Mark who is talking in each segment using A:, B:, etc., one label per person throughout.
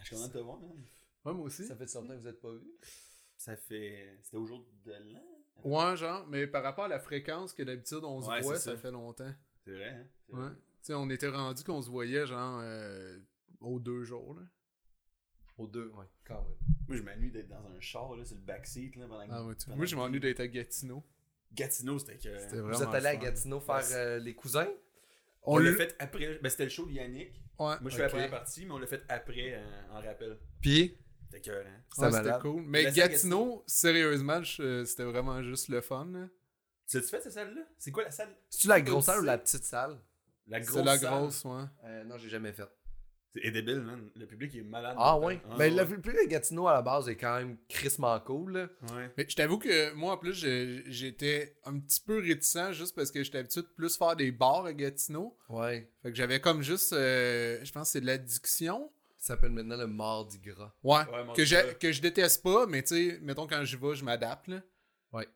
A: Je suis content de te voir, man.
B: Ouais, moi aussi.
C: Ça fait longtemps que vous n'êtes pas vu.
A: Ça fait. C'était au jour de l'an.
B: Ouais, genre, mais par rapport à la fréquence que d'habitude on se
A: Ouais,
B: voit,
A: c'est
B: ça.
A: ça.
B: fait longtemps.
A: C'est vrai, hein? C'est
B: Ouais.
A: vrai.
B: Tu sais, on était rendu qu'on se voyait, genre, euh, aux deux jours, là.
C: Aux deux, ouais, quand même.
A: Moi, je m'ennuie d'être dans un char, là, sur le backseat, là, pendant que.
B: Ah, ouais, tu-
A: pendant
B: Moi, je
A: que-
B: m'ennuie d'être à Gatineau.
A: Gatineau, c'était que.
B: C'était vraiment.
C: Vous êtes allé à
B: le fun.
C: Gatineau faire
A: Ouais.
C: euh, les cousins
B: On
A: On l'a
B: l'a-
A: fait après. Ben, c'était le show de Yannick.
B: Ouais.
A: Moi, je fais la
B: ok.
A: première partie, mais on l'a fait après euh, en rappel.
B: Puis,
A: C'était que, hein?
C: C'était
B: ouais, c'était
C: malade.
B: cool. Mais
A: Laisse la
B: Gatineau, sérieusement, je- euh, c'était vraiment juste le fun, là.
A: Tu fait cette salle-là? C'est quoi la salle?
C: C'est-tu la
B: Tout
C: grosse salle ou
B: aussi.
C: la petite salle
A: La grosse.
B: C'est la
A: salle.
B: grosse, ouais.
C: euh, Non, j'ai jamais fait.
A: C'est débile, man. Le public il est malade.
C: Ah ouais
B: Ben,
C: Mais
A: ouais.
C: le plus de Gatineau à la base est quand même crissement cool. là.
A: Ouais.
B: Mais je t'avoue que moi, en plus, je- j'étais un petit peu réticent juste parce que j'étais habitué de plus faire des bars à Gatineau.
C: Ouais.
B: Fait que j'avais comme juste, euh, je pense que c'est de l'addiction.
C: Ça s'appelle maintenant le Mardi Gras.
B: Ouais,
A: Ouais, mon
B: que,
A: Dieu.
B: je, que je déteste pas, mais tu sais, mettons quand je vais, je m'adapte. là.
C: Ouais.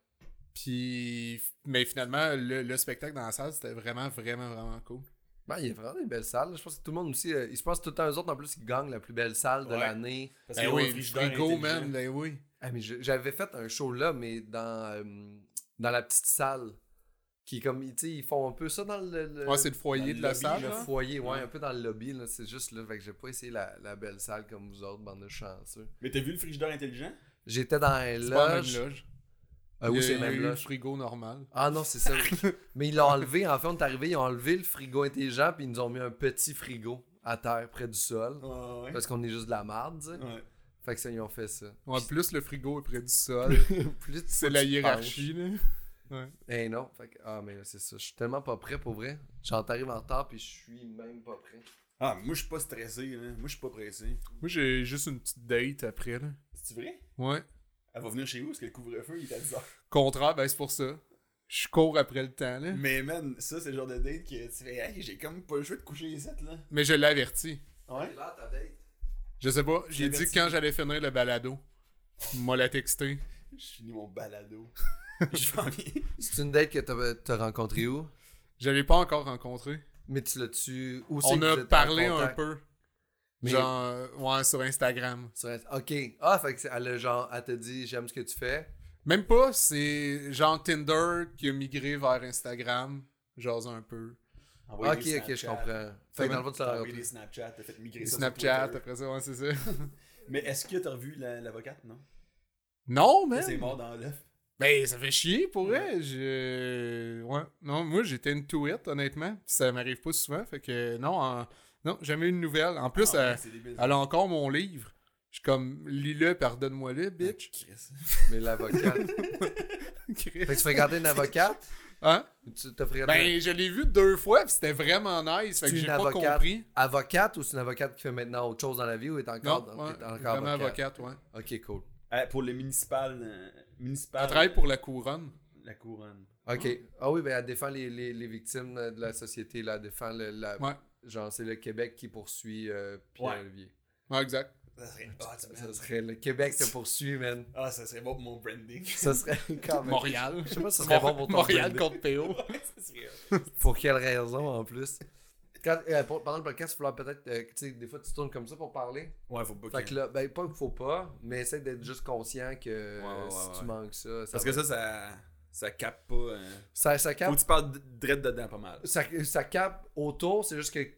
B: Puis, mais finalement, le, le spectacle dans la salle, c'était vraiment, vraiment, vraiment cool.
C: Ben, il y a vraiment des belles salles. Je pense que tout le monde aussi, euh, ils se pensent tout le temps eux autres en plus qui gagnent la plus belle salle de
A: Ouais.
C: l'année.
A: Parce
B: Ben
A: que
B: oui,
A: le
B: le
A: frigidaire
B: frigo,
A: intelligent.
B: man, ben oui.
C: Ah, mais je- j'avais fait un show là, mais dans, euh, dans la petite salle. Qui est comme, tu sais, ils font un peu ça dans le, le-
B: Ouais, c'est le foyer
A: le
B: de la
A: lobby,
B: salle.
C: le
B: là.
C: foyer, ouais,
A: Ouais.
C: un peu dans le lobby, là, c'est juste là, fait que j'ai pas essayé la, la belle salle comme vous autres, bande de chanceux.
A: Mais t'as vu le frigidaire intelligent?
C: J'étais dans un
B: C'est pas la même
C: loge.
B: loge.
C: Ah
B: Il
C: oui,
B: y a-
C: c'est
B: il y a
C: même
B: eu le
C: loge.
B: frigo normal.
C: Ah non, c'est ça. mais ils l'ont enlevé, en fait, on est arrivé, ils ont enlevé le frigo intelligent, puis ils nous ont mis un petit frigo à terre, près du sol.
A: Ah ouais.
C: Parce qu'on est juste de la marde, tu sais.
A: Ouais.
C: Fait que ça, ils ont fait ça.
B: Ouais, plus le frigo est près du sol.
C: Plus tu-
B: C'est
C: tu
B: la
C: penches.
B: hiérarchie, là.
C: Eh non, fait que, ah mais là, c'est ça, je suis tellement pas prêt pour vrai. J'en t'arrive en retard puis je suis même pas prêt.
A: Ah, moi, je suis pas stressé, là. Moi, je suis pas pressé.
B: Moi, j'ai juste une petite date après, là.
A: C'est vrai?
B: Ouais.
A: Elle va venir chez vous parce que le couvre-feu, il est à 10 heures.
B: Contraire, ben c'est pour ça. Je cours après le temps, là.
A: Mais man, ça, c'est le genre de date que tu fais, hey, j'ai comme pas le choix de coucher les 7, là.
B: Mais je l'ai averti.
A: Ouais.
C: là ta date.
B: Je sais pas, j'ai
A: l'ai
B: dit
A: averti.
B: quand j'allais finir le balado. M'a la texté.
A: Je finis mon balado. je m'en viens.
C: C'est une date que t'as, t'as rencontré où?
B: Je l'ai pas encore rencontré.
C: Mais tu l'as-tu... Où c'est
B: On
C: que vous
B: a
C: êtes
B: parlé
C: en
B: un
C: contact?
B: peu.
C: Mais-
B: Genre, euh, ouais, sur Instagram.
C: Sur Inst- Ok. Ah, fait que c'est- elle a genre, elle t'a dit j'aime ce que tu fais.
B: Même pas, c'est genre Tinder qui a migré vers Instagram. J'ose un peu.
A: Envoyer
C: ok,
A: des
C: ok, je
A: Snapchat.
C: comprends. Fait que dans le fond, tu
A: T'as
C: l'as
A: envoyé
C: rencontré.
A: des Snapchat, t'as fait migrer
B: Et
A: ça sur
B: Snapchat,
A: Twitter.
B: après ça, ouais, c'est ça.
A: Mais est-ce que t'as revu la- l'avocate, non?
B: non, mais.
A: C'est mort dans l'œuf.
B: Ben, ça fait chier pour vrai. Je... Ouais. Non, moi, j'étais une tweet, honnêtement. Puis ça m'arrive pas souvent. Fait que non, en- non jamais une nouvelle. En plus, euh,
A: Ah,
B: elle,
A: c'est débile.
B: elle a encore mon livre. Je suis comme, lis-le, pardonne-moi-le, bitch.
A: Chris.
C: Mais l'avocate. fait que tu fréquentais une avocate?
B: Hein?
C: Tu t'as fréquenté
B: Ben, je l'ai vu deux fois, puis c'était vraiment nice. Fait
C: Tu
B: que
C: es
B: j'ai
C: une
B: pas
C: avocate.
B: compris.
C: avocate ou c'est une avocate qui fait maintenant autre chose dans la vie ou est
B: Non,
C: encore,
B: ouais,
C: est encore
B: vraiment avocate,
C: avocate?
B: ouais.
C: Ok, cool.
A: Euh, pour le municipal. euh, municipal
B: Elle travaille pour la couronne.
A: la couronne.
C: Ok. Ah oui, ben elle défend les, les, les victimes euh, de la société, là. Elle défend le, la.
B: Ouais.
C: Genre, c'est le Québec qui poursuit euh, Pierre
A: Ouais.
C: Olivier.
B: Ouais, exact.
A: Ça serait hot,
C: Ah, Ça,
A: man.
C: serait le Québec te poursuit, man.
A: Ah, ça serait bon pour mon branding.
C: Ça serait quand même.
B: Montréal.
C: Ah, Je sais pas si ça serait bon pour ton
B: Montréal
C: branding.
B: contre PO.
A: ça serait hot.
C: Pour quelle raison en plus Quand, euh, pour- Pendant le podcast, il faut peut-être. euh, tu sais, des fois, tu tournes comme ça pour parler.
A: Ouais, faut pas
C: Fait que là, ben, pas qu'il faut pas, mais essaie d'être juste conscient que euh,
A: ouais,
C: si
A: ouais,
C: tu
A: ouais.
C: manques ça. ça
A: Parce
C: va-
A: que ça, ça, ça capte pas. euh,
C: ça, ça
A: Faut
C: capte,
A: que tu parles d- direct dedans pas mal.
C: ça, ça capte autour, c'est juste que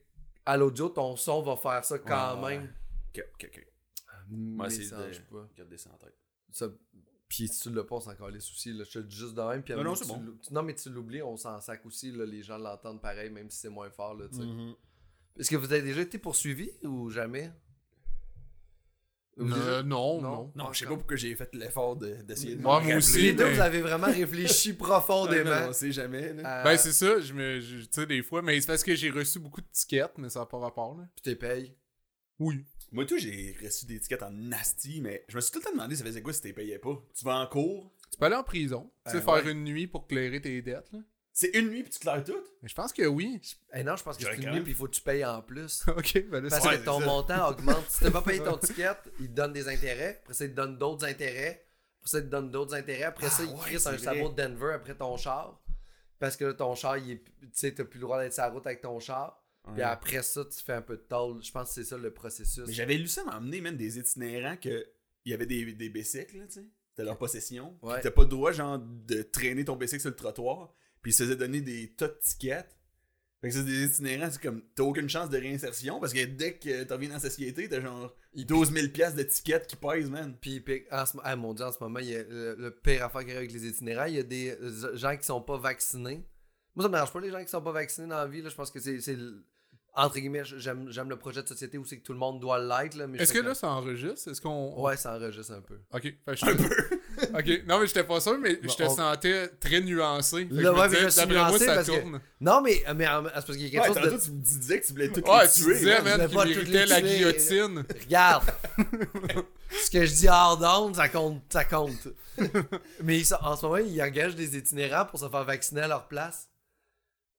C: à l'audio, ton son va faire ça quand
A: Ouais, ouais,
C: même.
A: Ok, ok, ok.
C: Mais
A: essayer
C: ça
A: de-
C: change pas.
A: Gardez ça en tête.
C: Ça- Puis si tu le pas, on s'en les soucis. Là. Je te le dis juste de même. Puis à
A: Non,
C: un
A: non,
C: moment,
A: c'est
C: tu
A: bon.
C: l'ou- tu- non, mais tu l'oublies, on s'en sac aussi. Là, les gens l'entendent pareil, même si c'est moins fort. Là, tu sais. Est-ce que vous avez déjà été poursuivi ou jamais Ou déjà-
B: Euh, non,
C: Non.
B: non.
A: Non, je sais pas pourquoi j'ai fait l'effort de- d'essayer de.
B: Moi,
A: me rappeler.
B: moi
A: Ah,
B: aussi,
C: Les deux,
B: mais-
C: vous avez vraiment réfléchi profondément. Euh,
A: On sait jamais. là.
C: à-
B: Ben, c'est ça, je me. je- Tu sais, des fois, mais c'est parce que j'ai reçu beaucoup de tickets, mais ça n'a pas rapport, là.
C: Puis t'es payé.
B: Oui.
A: Moi, tout, j'ai reçu des étiquettes en nasty, mais je me suis tout le temps demandé ça faisait quoi si t'es payé pas. Tu vas en cours,
B: Tu peux aller en prison, tu sais,
C: Euh,
B: faire
C: ouais.
B: une nuit pour clairer tes dettes, là.
A: c'est une nuit puis tu claires tout.
B: Mais je pense que oui.
C: Eh non, je pense que
A: J'aurais
C: c'est une
A: quand
C: nuit,
A: même-
C: puis il faut que tu payes en plus.
B: ok, ben là,
C: Parce
B: c'est-
A: Ouais,
C: que
A: c'est
C: ton
A: ça.
C: montant augmente. Si t'as pas payé ton ticket, ils te donnent des intérêts. Après ça, ils te donnent d'autres intérêts. Après ça, ils te donnent d'autres intérêts. Après ça,
A: Ah
C: ils
A: ouais,
C: crissent
A: c'est
C: un
A: vrai.
C: sabot de Denver après ton char. Parce que là, ton char, il est- tu sais, t'as plus le droit d'être sur la route avec ton char. Puis après ça, tu fais un peu de tôle. Je pense que c'est ça le processus.
A: Mais j'avais lu ça m'emmener même des itinérants que il y avait des, des bicycles, là, tu sais. C'était leur possession.
C: Ouais.
A: Puis T'as pas le droit, genre, de traîner ton bicycle sur le trottoir. Puis ils se faisaient donner des tas de tickets. Fait que c'est des itinérants, c'est comme, t'as aucune chance de réinsertion parce que dès que t'en reviens dans la société, t'as genre 12 000 piastres de tickets qui pèsent, man.
C: Puis, puis, en ce, mo- ah, mon dieu, en ce moment, il y a le, le pire affaire qu'il y a avec les itinéraires, il y a des euh, gens qui sont pas vaccinés. Moi, ça me dérange pas les gens qui sont pas vaccinés dans la vie. là. je pense que c'est. c'est le- Entre guillemets, j'aime j'aime le projet de société où c'est que tout le monde doit l'être. là, mais je
B: Est-ce que
C: sais
B: là, ça enregistre? Est-ce qu'on...
C: Ouais, ça enregistre un peu.
B: Ok. Fait que j'étais- ok. Non, mais j'étais pas sûr, mais
C: Bon,
B: je te
C: on-
B: sentais très nuancé. Fait que
C: Là,
B: je me
C: ouais, mais
B: disais,
C: je suis
B: d'après moi,
C: nuancé
B: ça
C: parce que-
B: tourne.
C: Non, mais, euh, mais en- c'est parce qu'il y a quelque
A: Ouais,
C: chose
A: tantôt,
C: de.
A: tu me disais que tu voulais tout
B: Ouais,
A: les
B: tu
A: tuer,
B: disais,
A: man.
C: voulais
B: man, qu'il
C: pas toutes
B: méritait
C: les
B: la
C: tuer.
B: guillotine.
C: Regarde! ce que je dis hors d'onde, ça compte, ça compte. Mais ils sont- en ce moment, ils engagent des itinérants pour se faire vacciner à leur place.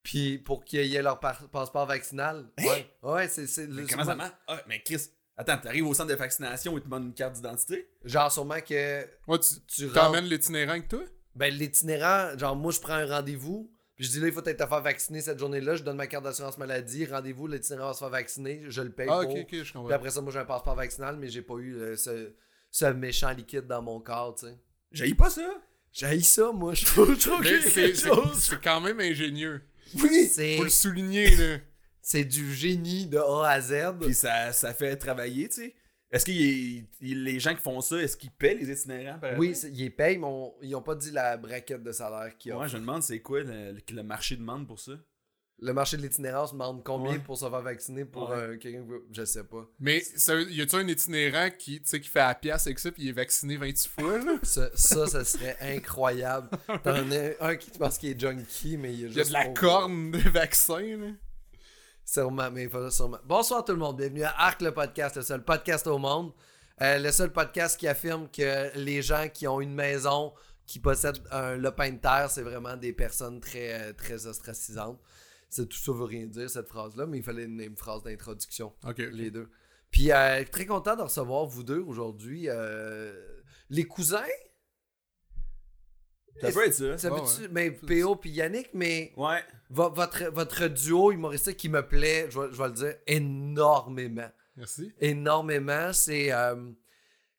C: Puis pour qu'ils aient leur par- passeport vaccinal. Ouais, ouais c'est. c'est
A: Hein? Mais
C: le-
A: Comment ça
C: sûrement-
A: marche? Ah, mais Chris, attends, t'arrives au centre de vaccination et te demandent une carte d'identité?
C: Genre, sûrement que
B: Ouais, tu
C: tu rentres.
B: t'emmènes l'itinérant avec toi?
C: Ben, l'itinérant, genre, moi, je prends un rendez-vous. Puis je dis là, il faut peut-être te faire vacciner cette journée-là. Je donne ma carte d'assurance maladie. Rendez-vous, l'itinérant va se faire vacciner. Je le paye
B: Ah,
C: pour.
B: ok, ok, je
C: Puis
B: comprends.
C: après ça, moi, j'ai un passeport vaccinal, mais j'ai pas eu euh, ce, ce méchant liquide dans mon corps, tu sais.
A: J'ai pas ça!
C: J'ai ça, moi. Je trouve, je trouve
B: Mais
C: que
B: c'est-
C: c'est
B: c'est c'est quand même ingénieux.
A: Oui!
C: C'est,
B: Faut le souligner, là.
C: c'est du génie de A à Z.
A: Puis ça, ça fait travailler, tu sais. Est-ce que y- y- les gens qui font ça, est-ce qu'ils paient les itinérants? par
C: Oui,
A: après?
C: c'est- ils payent, mais on- ils ont pas dit la braquette de salaire qu'il y a.
A: Ouais, je me demande c'est quoi le, le- que le marché demande pour ça.
C: Le marché de l'itinérance demande combien
A: Ouais.
C: pour se faire vacciner pour
A: Ouais.
C: euh, quelqu'un qui- Je sais pas.
B: Mais ça, y a-tu un itinérant qui, tu sais, qui fait la pièce avec ça puis il est vacciné 28 fois, là?
C: Ça, ça, ça serait incroyable. T'en as un qui pense qu'il est junkie, mais il est
B: Il y a
C: juste.
B: de la
C: pauvre.
B: corne de vaccin, là.
C: Sûrement, mais il faudra sûrement. Bonsoir tout le monde, bienvenue à Arc le podcast, le seul podcast au monde. Euh, le seul podcast qui affirme que les gens qui ont une maison, qui possèdent un lopin de terre, c'est vraiment des personnes très, euh, très ostracisantes. C'est, tout ça veut rien dire, cette phrase-là, mais il fallait une, une phrase d'introduction,
B: Ok.
C: les deux. Puis, euh, très content de recevoir vous deux aujourd'hui. euh, les cousins,
A: Ça peut être ça.
C: ça
B: Ouais,
C: veut-tu-
B: ouais.
C: mais PO puis Yannick, mais
A: Ouais.
C: vo- votre, votre duo humoristique qui me plaît, je vais- je vais le dire, énormément
B: Merci.
C: énormément, c'est euh,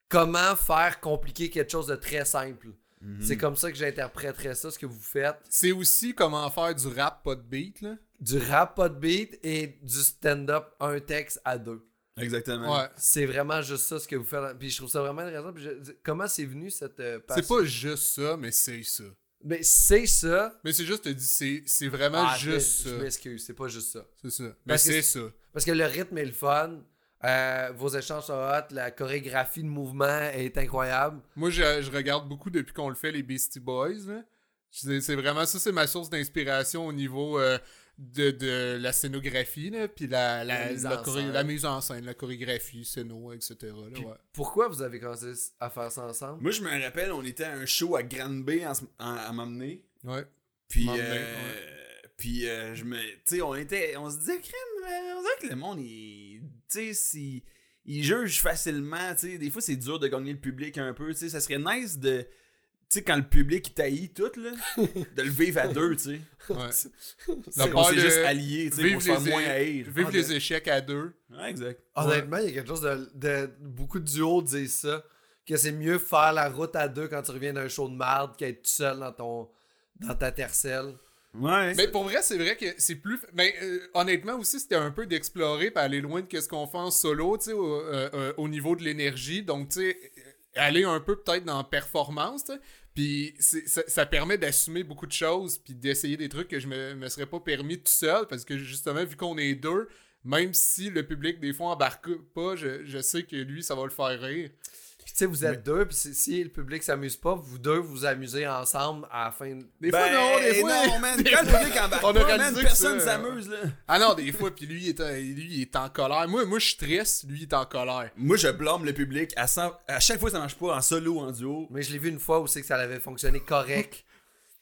C: comment faire compliquer quelque chose de très simple.
B: Mm.
A: Mhm.
C: C'est comme ça que j'interpréterais ça, ce que vous faites.
B: C'est aussi comment faire du rap pas de beat, là.
C: Du rap pas de beat et du stand-up, un texte à deux.
A: Exactement.
B: Ouais.
C: C'est vraiment juste ça ce que vous faites. Puis je trouve ça vraiment intéressant. Puis je- Comment c'est venu cette euh,
B: C'est
C: passion?
B: pas juste ça, mais c'est ça.
C: Mais c'est ça.
B: Mais c'est juste, te dis, c'est c'est vraiment
C: Ah, je
B: juste
C: m'ex-
B: ça.
C: je m'excuse, c'est pas juste ça.
B: C'est ça. Mais
C: Parce que
B: c'est
C: c'est-
B: ça.
C: Parce que le rythme est le fun. euh, vos échanges sont hot. La chorégraphie de mouvement est incroyable.
B: Moi, je, je regarde beaucoup depuis qu'on le fait, les Beastie Boys. là. C'est c'est vraiment ça, c'est ma source d'inspiration au niveau euh, de, de la scénographie, là, puis la, la,
C: La mise
B: la
C: en
B: choré-
C: scène.
B: la mise en scène, la chorégraphie, scéno, etc. là, ouais.
C: Pourquoi vous avez commencé à faire ça ensemble?
A: Moi, je me rappelle, on était à un show à Grande Bay en, ce- en- à m'emmener.
B: Ouais.
A: Puis,
B: M'emmener,
A: euh, puis euh, je me. Tu sais, on était. On se disait, crème, euh, on dirait que le monde, il. Tu sais, s'il- il juge facilement. Tu sais, des fois, c'est dur de gagner le public un peu. Tu sais, ça serait nice de. Tu sais, quand le public, il taillit tout, là, de le vivre à deux, tu sais.
B: ouais.
A: C'est
B: part
A: qu'on s'est
B: de-
A: juste alliés, tu sais,
B: Vive
A: pour se faire
B: les,
A: moins
B: é-
A: haïr.
B: vive
C: Ah,
B: les Ah,
C: de-
B: échecs à deux.
A: Ouais, exact.
C: Honnêtement, il y a quelque chose de, de- Beaucoup de duos disent ça. Que c'est mieux faire la route à deux quand tu reviens d'un show de marde qu'être tout seul dans ton. dans ta tercelle.
A: Ouais.
B: Mais pour vrai, c'est vrai que c'est plus. Mais euh, honnêtement aussi, c'était un peu d'explorer puis aller loin de qu'est-ce qu'on fait en solo, tu sais, au, euh, euh, au niveau de l'énergie. Donc, tu sais, euh, aller un peu peut-être dans performance, tu sais. Puis c'est- ça, ça permet d'assumer beaucoup de choses, puis d'essayer des trucs que je me, me serais pas permis tout seul, parce que justement, vu qu'on est deux, même si le public des fois embarque pas, je, je sais que lui, ça va le faire rire.
C: Puis tu sais, vous êtes deux, puis si- si le public s'amuse pas, vous deux vous amusez ensemble à la fin. de- Ben,
B: Des fois, non, des fois.
A: Ben, non, man, quand le public embarque
B: On a
A: pas,
B: réalisé
A: man,
B: que
A: personne
B: ça-
A: s'amuse, là.
B: Ah non, des fois, puis lui, il est, en- lui, il est en colère. Moi, moi, je suis triste, lui, il est en colère.
A: Moi, je blâme le public à, cent- à chaque fois que ça marche pas, en solo, en duo.
C: Mais je l'ai vu une fois où c'est que ça avait fonctionné correct.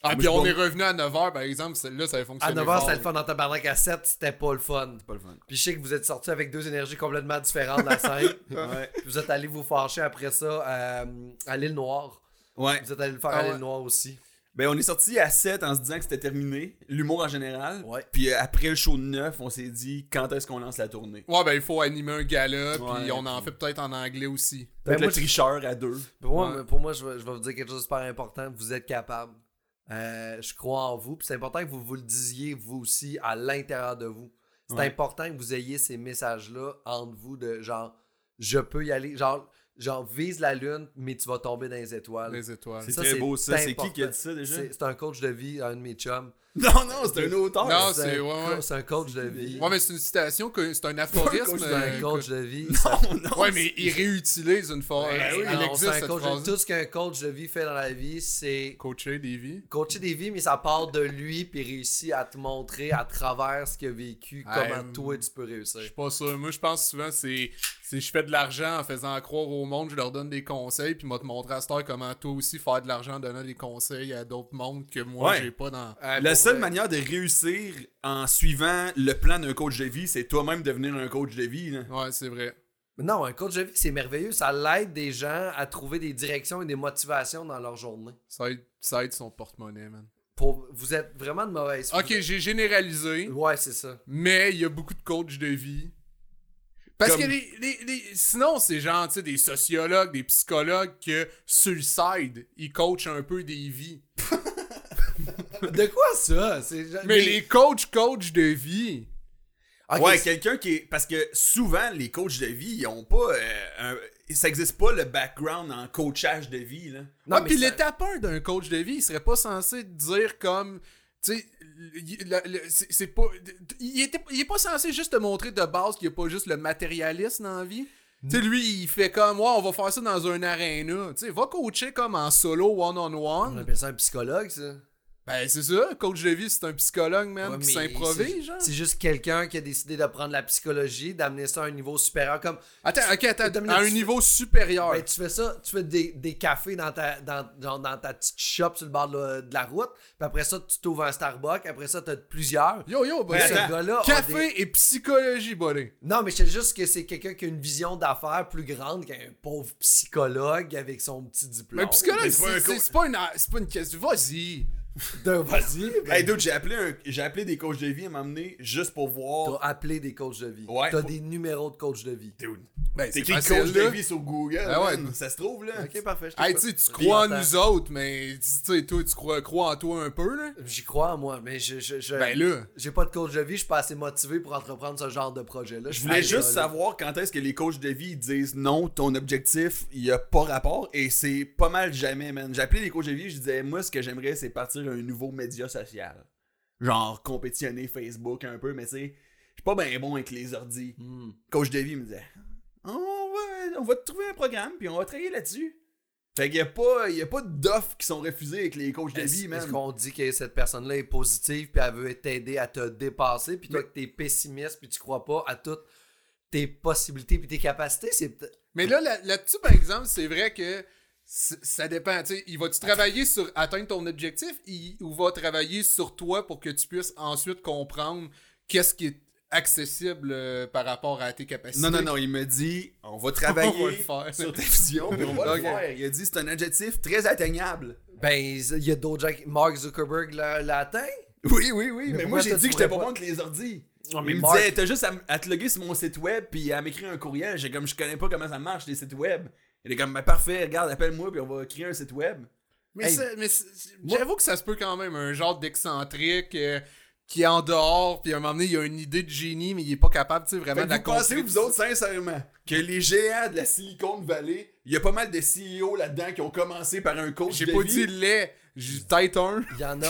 B: Ah,
A: Moi,
B: puis
A: je
B: on
A: pense-
B: est revenu à 9h, par exemple, celle-là, ça avait
C: À
B: fonctionné.
C: 9h,
B: fort.
C: c'était le fun dans tabarnak. À 7, c'était pas le fun.
A: C'est pas le fun.
C: Puis je sais que vous êtes sortis avec deux énergies complètement différentes de la scène.
B: Ah.
A: Ouais.
C: Puis vous êtes allés vous fâcher après ça euh, à l'île Noire.
A: Ouais.
C: Vous êtes allés le faire
B: Ah
C: à l'île
B: ouais.
C: Noire aussi.
A: Ben, on est sorti à 7 en se disant que c'était terminé, l'humour en général.
C: Ouais.
A: Puis euh, après le show de 9, on s'est dit quand est-ce qu'on lance la tournée.
B: Ouais, ben il faut animer un gala,
A: Ouais,
B: puis on en
A: puis-
B: fait peut-être en anglais aussi.
C: Ben,
A: Peut-être
C: moi,
A: le
C: je-
A: tricheur à deux.
C: Pour moi,
B: Ouais.
C: pour moi, je, vais, je vais vous dire quelque chose de super important. Vous êtes capable. Euh, je crois en vous. Puis c'est important que vous vous le disiez, vous aussi, à l'intérieur de vous. C'est
A: Ouais.
C: important que vous ayez ces messages-là entre vous de genre, je peux y aller. Genre, genre vise la lune, mais tu vas tomber dans les étoiles.
B: Les étoiles.
A: C'est
C: Ça,
A: très
C: c'est
A: beau ça. C'est qui
C: important.
A: qui a dit ça déjà
C: C'est c'est un coach de vie, un de mes chums.
A: Non, non, c'est un auteur.
B: Non,
A: Ah, c'est
B: c'est-
C: un
B: ouais,
C: co-
B: ouais.
C: c'est un coach de vie.
B: Ouais, mais c'est une citation, que c'est un
C: C'est
B: aphorisme.
C: un
B: euh,
C: coach de vie.
A: Non, non,
B: que- Ouais, mais il réutilise une fois.
A: Ouais, oui,
B: il
C: Alors, c'est
B: existe
C: un
B: cette
C: coach de-
B: phrase.
C: Tout ce qu'un coach de vie fait dans la vie, c'est
B: Coacher des vies.
C: coacher des vies, mais ça part de lui, puis réussit à te montrer à travers ce qu'il a vécu,
B: Ouais,
C: comment
B: euh,
C: toi tu peux
B: Je suis
C: réussir.
B: pas sûr. Moi, je pense souvent, c'est si je fais de l'argent en faisant croire au monde, je leur donne des conseils, puis moi te montrer à cette heure comment toi aussi faire de l'argent en donnant des conseils à d'autres mondes que moi,
A: Ouais.
B: j'ai pas dans.
A: La seule manière de réussir en suivant le plan d'un coach de vie, c'est toi-même devenir un coach de vie. là.
B: Ouais, c'est vrai.
C: Non, un coach de vie, c'est merveilleux. Ça l'aide des gens à trouver des directions et des motivations dans leur journée.
B: Ça aide, ça aide son porte-monnaie, man.
C: Pour... Vous êtes vraiment de mauvaise foi.
B: Ok, j'ai généralisé,
C: Ouais, c'est ça.
B: mais il y a beaucoup de coachs de vie. Parce
A: Comme-
B: que les, les- les- sinon, c'est genre, tu sais, des sociologues, des psychologues que, suicide, ils coachent un peu des vies.
C: De quoi ça? C'est-
B: Mais les coachs, coachs de vie,
C: Ok,
A: ouais,
C: c'est-
A: quelqu'un qui est. Parce que souvent, les coachs de vie, ils ont pas. euh, un- Ça existe pas le background en coachage de vie. Là.
C: Non,
B: Ah,
C: mais
B: puis
C: ça-
B: l'étape 1 d'un coach de vie, il serait pas censé dire comme. Tu sais, il- la- le- c'est c'est pas. Il, était, il est pas censé juste te montrer de base qu'il n'y a pas juste le matérialisme dans la vie. Tu sais, lui, il fait comme, ouais, on va faire ça dans un aréna. Tu sais, va coacher comme en solo,
C: On
B: one-on-one.
C: appelle ça un psychologue, ça.
B: Ben, c'est ça, coach de vie, c'est un psychologue, man,
C: Ouais,
B: qui
C: mais c'est-
B: s'improvise, genre.
C: C'est juste quelqu'un qui a décidé de prendre la psychologie, d'amener ça à un niveau supérieur. Comme
B: Attends, ok, attends,
C: Dominique,
B: à un
C: tu-
B: niveau supérieur.
C: Ben, tu fais ça, tu fais des, des cafés dans ta, dans, genre dans ta petite shop sur le bord de la, de la route, puis après ça, tu t'ouvres un Starbucks, après ça, t'as de plusieurs.
B: Yo, yo, buddy.
C: ben, ce
A: attends,
C: gars-là a
B: Café
C: des-
B: et psychologie, buddy.
C: Non, mais je sais juste que c'est quelqu'un qui a une vision d'affaires plus grande qu'un pauvre psychologue avec son petit diplôme.
B: Mais Ben, psychologue,
A: mais c'est pas un
B: c'est- c'est
A: coach.
B: c'est pas, une- c'est pas une question. Vas-y.
C: De- Vas-y, ben,
A: Hey, dude, j'ai appelé, un- j'ai appelé des coachs de vie à m'emmener juste pour
C: t'as
A: voir.
C: appelé des coachs de vie.
A: Ouais,
C: t'as
A: faut-
C: des numéros de coachs de vie.
A: Dude,
B: Ben,
A: c'est
B: c'est
A: qui le
B: facile,
A: coach de
B: là.
A: vie sur Google?
B: Ah ouais.
A: man? Ça se trouve, là.
C: Ok, parfait. je
B: Hey,
C: t'écoute.
B: tu sais, tu crois en
C: Puis,
B: nous autres, mais tu sais, toi, tu crois, crois en toi un peu, là?
C: J'y crois, moi, mais je. je- je-
B: Ben là.
C: J'ai pas de coach de vie, je suis pas assez motivé pour entreprendre ce genre de projet-là.
A: Je voulais juste savoir quand est-ce que les coachs de vie ils disent non, ton objectif, il n'y a pas rapport et c'est pas mal jamais, man. J'appelais les coachs de vie, je disais, moi, ce que j'aimerais, c'est partir un nouveau média social. Genre compétitionner Facebook un peu, mais tu sais, je suis pas bien bon avec les ordi.
C: Hmm.
A: Coach de vie me disait, on va, on va te trouver un programme puis on va travailler là-dessus. Fait qu'il n'y a pas, il y a pas d'offres qui sont refusées avec les coachs de
C: Est-ce-
A: vie, man.
C: Est-ce qu'on dit que cette personne-là est positive, puis elle veut t'aider à te dépasser, puis toi que t'es pessimiste, puis tu crois pas à toutes tes possibilités, puis tes capacités, c'est peut-être.
B: Mais là, là- là-dessus, par exemple, c'est vrai que c- ça dépend. Tu sais, il va-tu travailler sur atteindre ton objectif il- ou va travailler sur toi pour que tu puisses ensuite comprendre qu'est-ce qui est accessible euh, par rapport à tes capacités?
A: Non, non, non, il me dit, on va travailler
B: On va le faire.
A: sur ta vision, puis on va
B: Ok.
A: le faire. Il a dit, c'est un adjectif très atteignable.
C: Ben, il y a d'autres gens qui. Mark Zuckerberg l'a l'a atteint.
A: Oui, oui, oui, mais,
C: pourquoi
A: moi, j'ai
C: toi,
A: dit
C: tu
A: que j'étais
C: pourrais
A: pas
C: pas?
A: bon avec les ordis.
C: Non, mais
A: il me
C: Mark-
A: disait, t'as juste à, m- à te loguer sur mon site web, puis à m'écrire un courriel. J'ai comme, je connais pas comment ça marche, les sites web. Il est comme, ben, parfait, regarde, appelle-moi, puis on va créer un site web.
B: Mais,
C: Hey.
B: ça- mais c'est- j'avoue que ça se peut quand même, un genre d'excentrique euh, qui est en dehors, puis à un moment donné, il a une idée de génie, mais il est pas capable, tu sais, vraiment
A: Fait
B: de
A: que
B: la
A: vous pensez,
B: concrétiser.
A: vous autres, sincèrement, que les géants de la Silicon Valley, il y a pas mal de CEO là-dedans qui ont commencé par un coach
B: J'ai
A: de
B: pas
A: vie.
B: dit les, j'ai dit peut-être un.
C: Il y en a.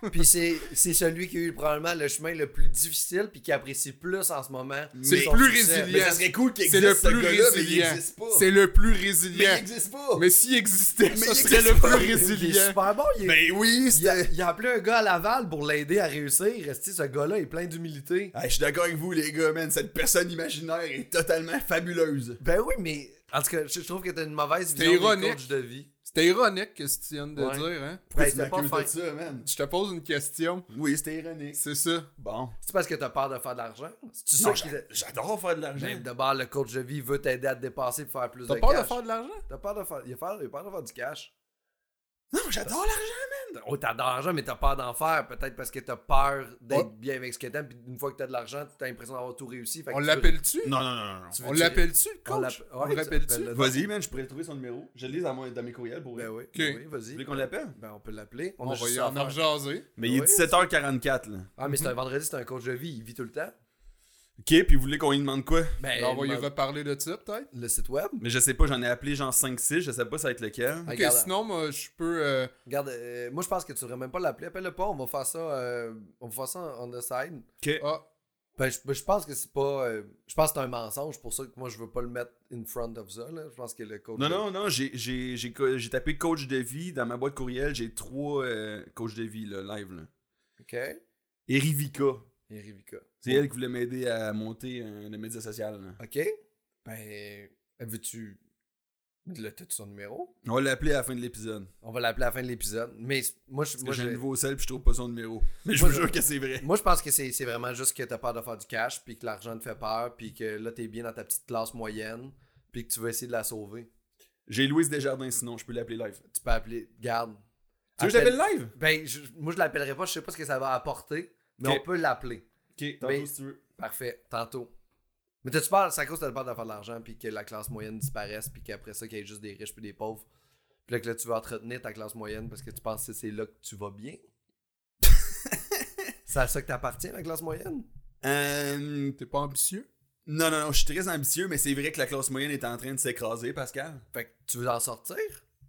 C: Puis, puis c'est c'est celui qui a eu probablement le chemin le plus difficile, puis qui apprécie plus en ce moment.
B: C'est
C: son
B: le plus
C: succès.
B: résilient.
A: Mais Ben, ça serait cool qu'il
B: C'est le
A: existe ce
B: plus
A: gars-là, mais il
B: résilient.
A: existe pas.
B: C'est le plus
A: Mais il
B: résilient.
A: existe pas.
B: Mais s'il existait,
A: Mais
B: ça
A: il
B: serait
A: existe
B: le plus
A: pas.
C: Il est
B: résilient.
C: super bon. Il, est-
A: Ben oui,
C: il
A: c'était...
C: a, il a appelé un gars à Laval pour l'aider à réussir. Resti, ce gars-là est plein d'humilité.
A: Ah, je suis d'accord avec vous, les gars, man. Cette personne imaginaire est totalement fabuleuse.
C: Ben oui, mais en tout cas, je je trouve que t'as une mauvaise
B: C'est
C: vision des
B: ironique.
C: coachs de vie.
B: C'était ironique que ce que tu viens de
C: Ouais.
B: dire, hein?
A: Pourquoi
C: Ben,
A: tu
C: c'est pas
A: m'accuses de
C: fin.
A: ça, man?
B: Je te pose une question.
A: Oui, c'était ironique.
B: C'est ça.
A: Bon.
C: C'est parce que t'as peur de faire de l'argent. C'est
A: Non,
C: ça qui.
A: j'a- j'adore faire de l'argent.
C: Même d'abord, le coach de vie veut t'aider à te dépasser pour faire plus
B: T'as
C: de
B: peur
C: cash.
B: de faire de l'argent?
C: T'as peur de faire... Il, a peur... il a peur de faire du cash.
A: Non, j'adore l'argent, man!
C: Oh, t'as de l'argent, mais t'as peur d'en faire. Peut-être parce que t'as peur d'être bien avec ce que t'aimes. Puis une fois que t'as de l'argent, t'as l'impression d'avoir tout réussi. Fait que
B: On
C: tu
B: l'appelle-tu?
A: Non, non, non, non. non.
C: Tu veux-
B: On l'appelle-tu, coach?
C: On
B: On,
C: l'appelle- ouais,
B: le
C: tu
B: rappelle-tu?
C: appelles-le.
A: Vas-y, man, je pourrais le trouver son numéro. Je le lis dans, mon- dans mes courriels pour
C: veux- Ben
A: vrai.
C: oui, oui
A: Vous
C: vas-y.
A: voulez qu'on l'appelle?
C: Ben, on peut l'appeler.
B: On va
C: a juste
B: y
C: ça à
B: en
C: faire.
B: rejaser.
A: Mais il est
C: Oui.
A: 17h44, là.
C: Ah, mais c'est
A: Mhm.
C: un vendredi, c'est un coach de vie. Il vit tout le temps.
A: Ok, puis vous voulez qu'on lui demande quoi?
C: Ben,
B: on va y
C: ben,
B: reparler de ça, peut-être.
C: le site web.
A: Mais je sais pas, j'en ai appelé genre 5-6, je sais pas ça va être lequel.
C: Ah,
B: Ok,
C: regarde.
B: sinon, moi, je peux. euh,
C: Regarde, euh, moi je pense que tu devrais même pas l'appeler. Appelle-le pas, on va faire ça, euh, on va faire ça on the side.
A: Ok.
B: ah,
C: Ben, je, ben, je pense que c'est pas. euh, je pense que c'est un mensonge, pour ça que moi je veux pas le mettre in front of ça. là. Je pense que le coach.
A: Non, non, non, j'ai- j'ai j'ai co- j'ai tapé coach de vie dans ma boîte courriel, j'ai trois euh, coachs de vie, là, live, là.
C: Ok. Et
A: Et Rivica.
C: Rivica.
A: C'est elle qui voulait m'aider à monter un, le média social, là.
C: Ok. Ben, veux-tu. Le t'as-tu son numéro
A: On va l'appeler à la fin de l'épisode.
C: On va l'appeler à la fin de l'épisode. Mais c- moi je.
A: Parce
C: Moi,
A: que j'ai un
C: je-
A: nouveau sel puis je trouve pas son numéro. Mais je
C: Moi,
A: vous
C: je-
A: jure que c'est vrai.
C: moi, je pense que c'est c'est vraiment juste que t'as peur de faire du cash, puis que l'argent te fait peur, puis que là t'es bien dans ta petite classe moyenne, puis que tu veux essayer de la sauver.
A: J'ai Louise Desjardins, sinon je peux l'appeler live. Tu
C: Tu peux appeler. Garde.
A: veux que je l'appelle live?
C: Ben, je- moi, je l'appellerai pas, je sais pas ce que ça va apporter, mais
A: Ok.
C: on peut l'appeler.
A: Ok, ben, tantôt si
C: tantôt, si
A: tu veux.
C: Parfait, tantôt. Mais t'as-tu peur, c'est à cause que t'as peur de faire de l'argent, puis que la classe moyenne disparaisse, puis qu'après ça, qu'il y ait juste des riches puis des pauvres. Puis là, que là, tu veux entretenir ta classe moyenne parce que tu penses que c'est là que tu vas bien. c'est à ça que t'appartiens, la classe moyenne?
A: Euh,
B: t'es pas ambitieux?
A: non, non, non, je suis très ambitieux, mais c'est vrai que la classe moyenne est en train de s'écraser, Pascal.
C: Fait que tu veux en sortir?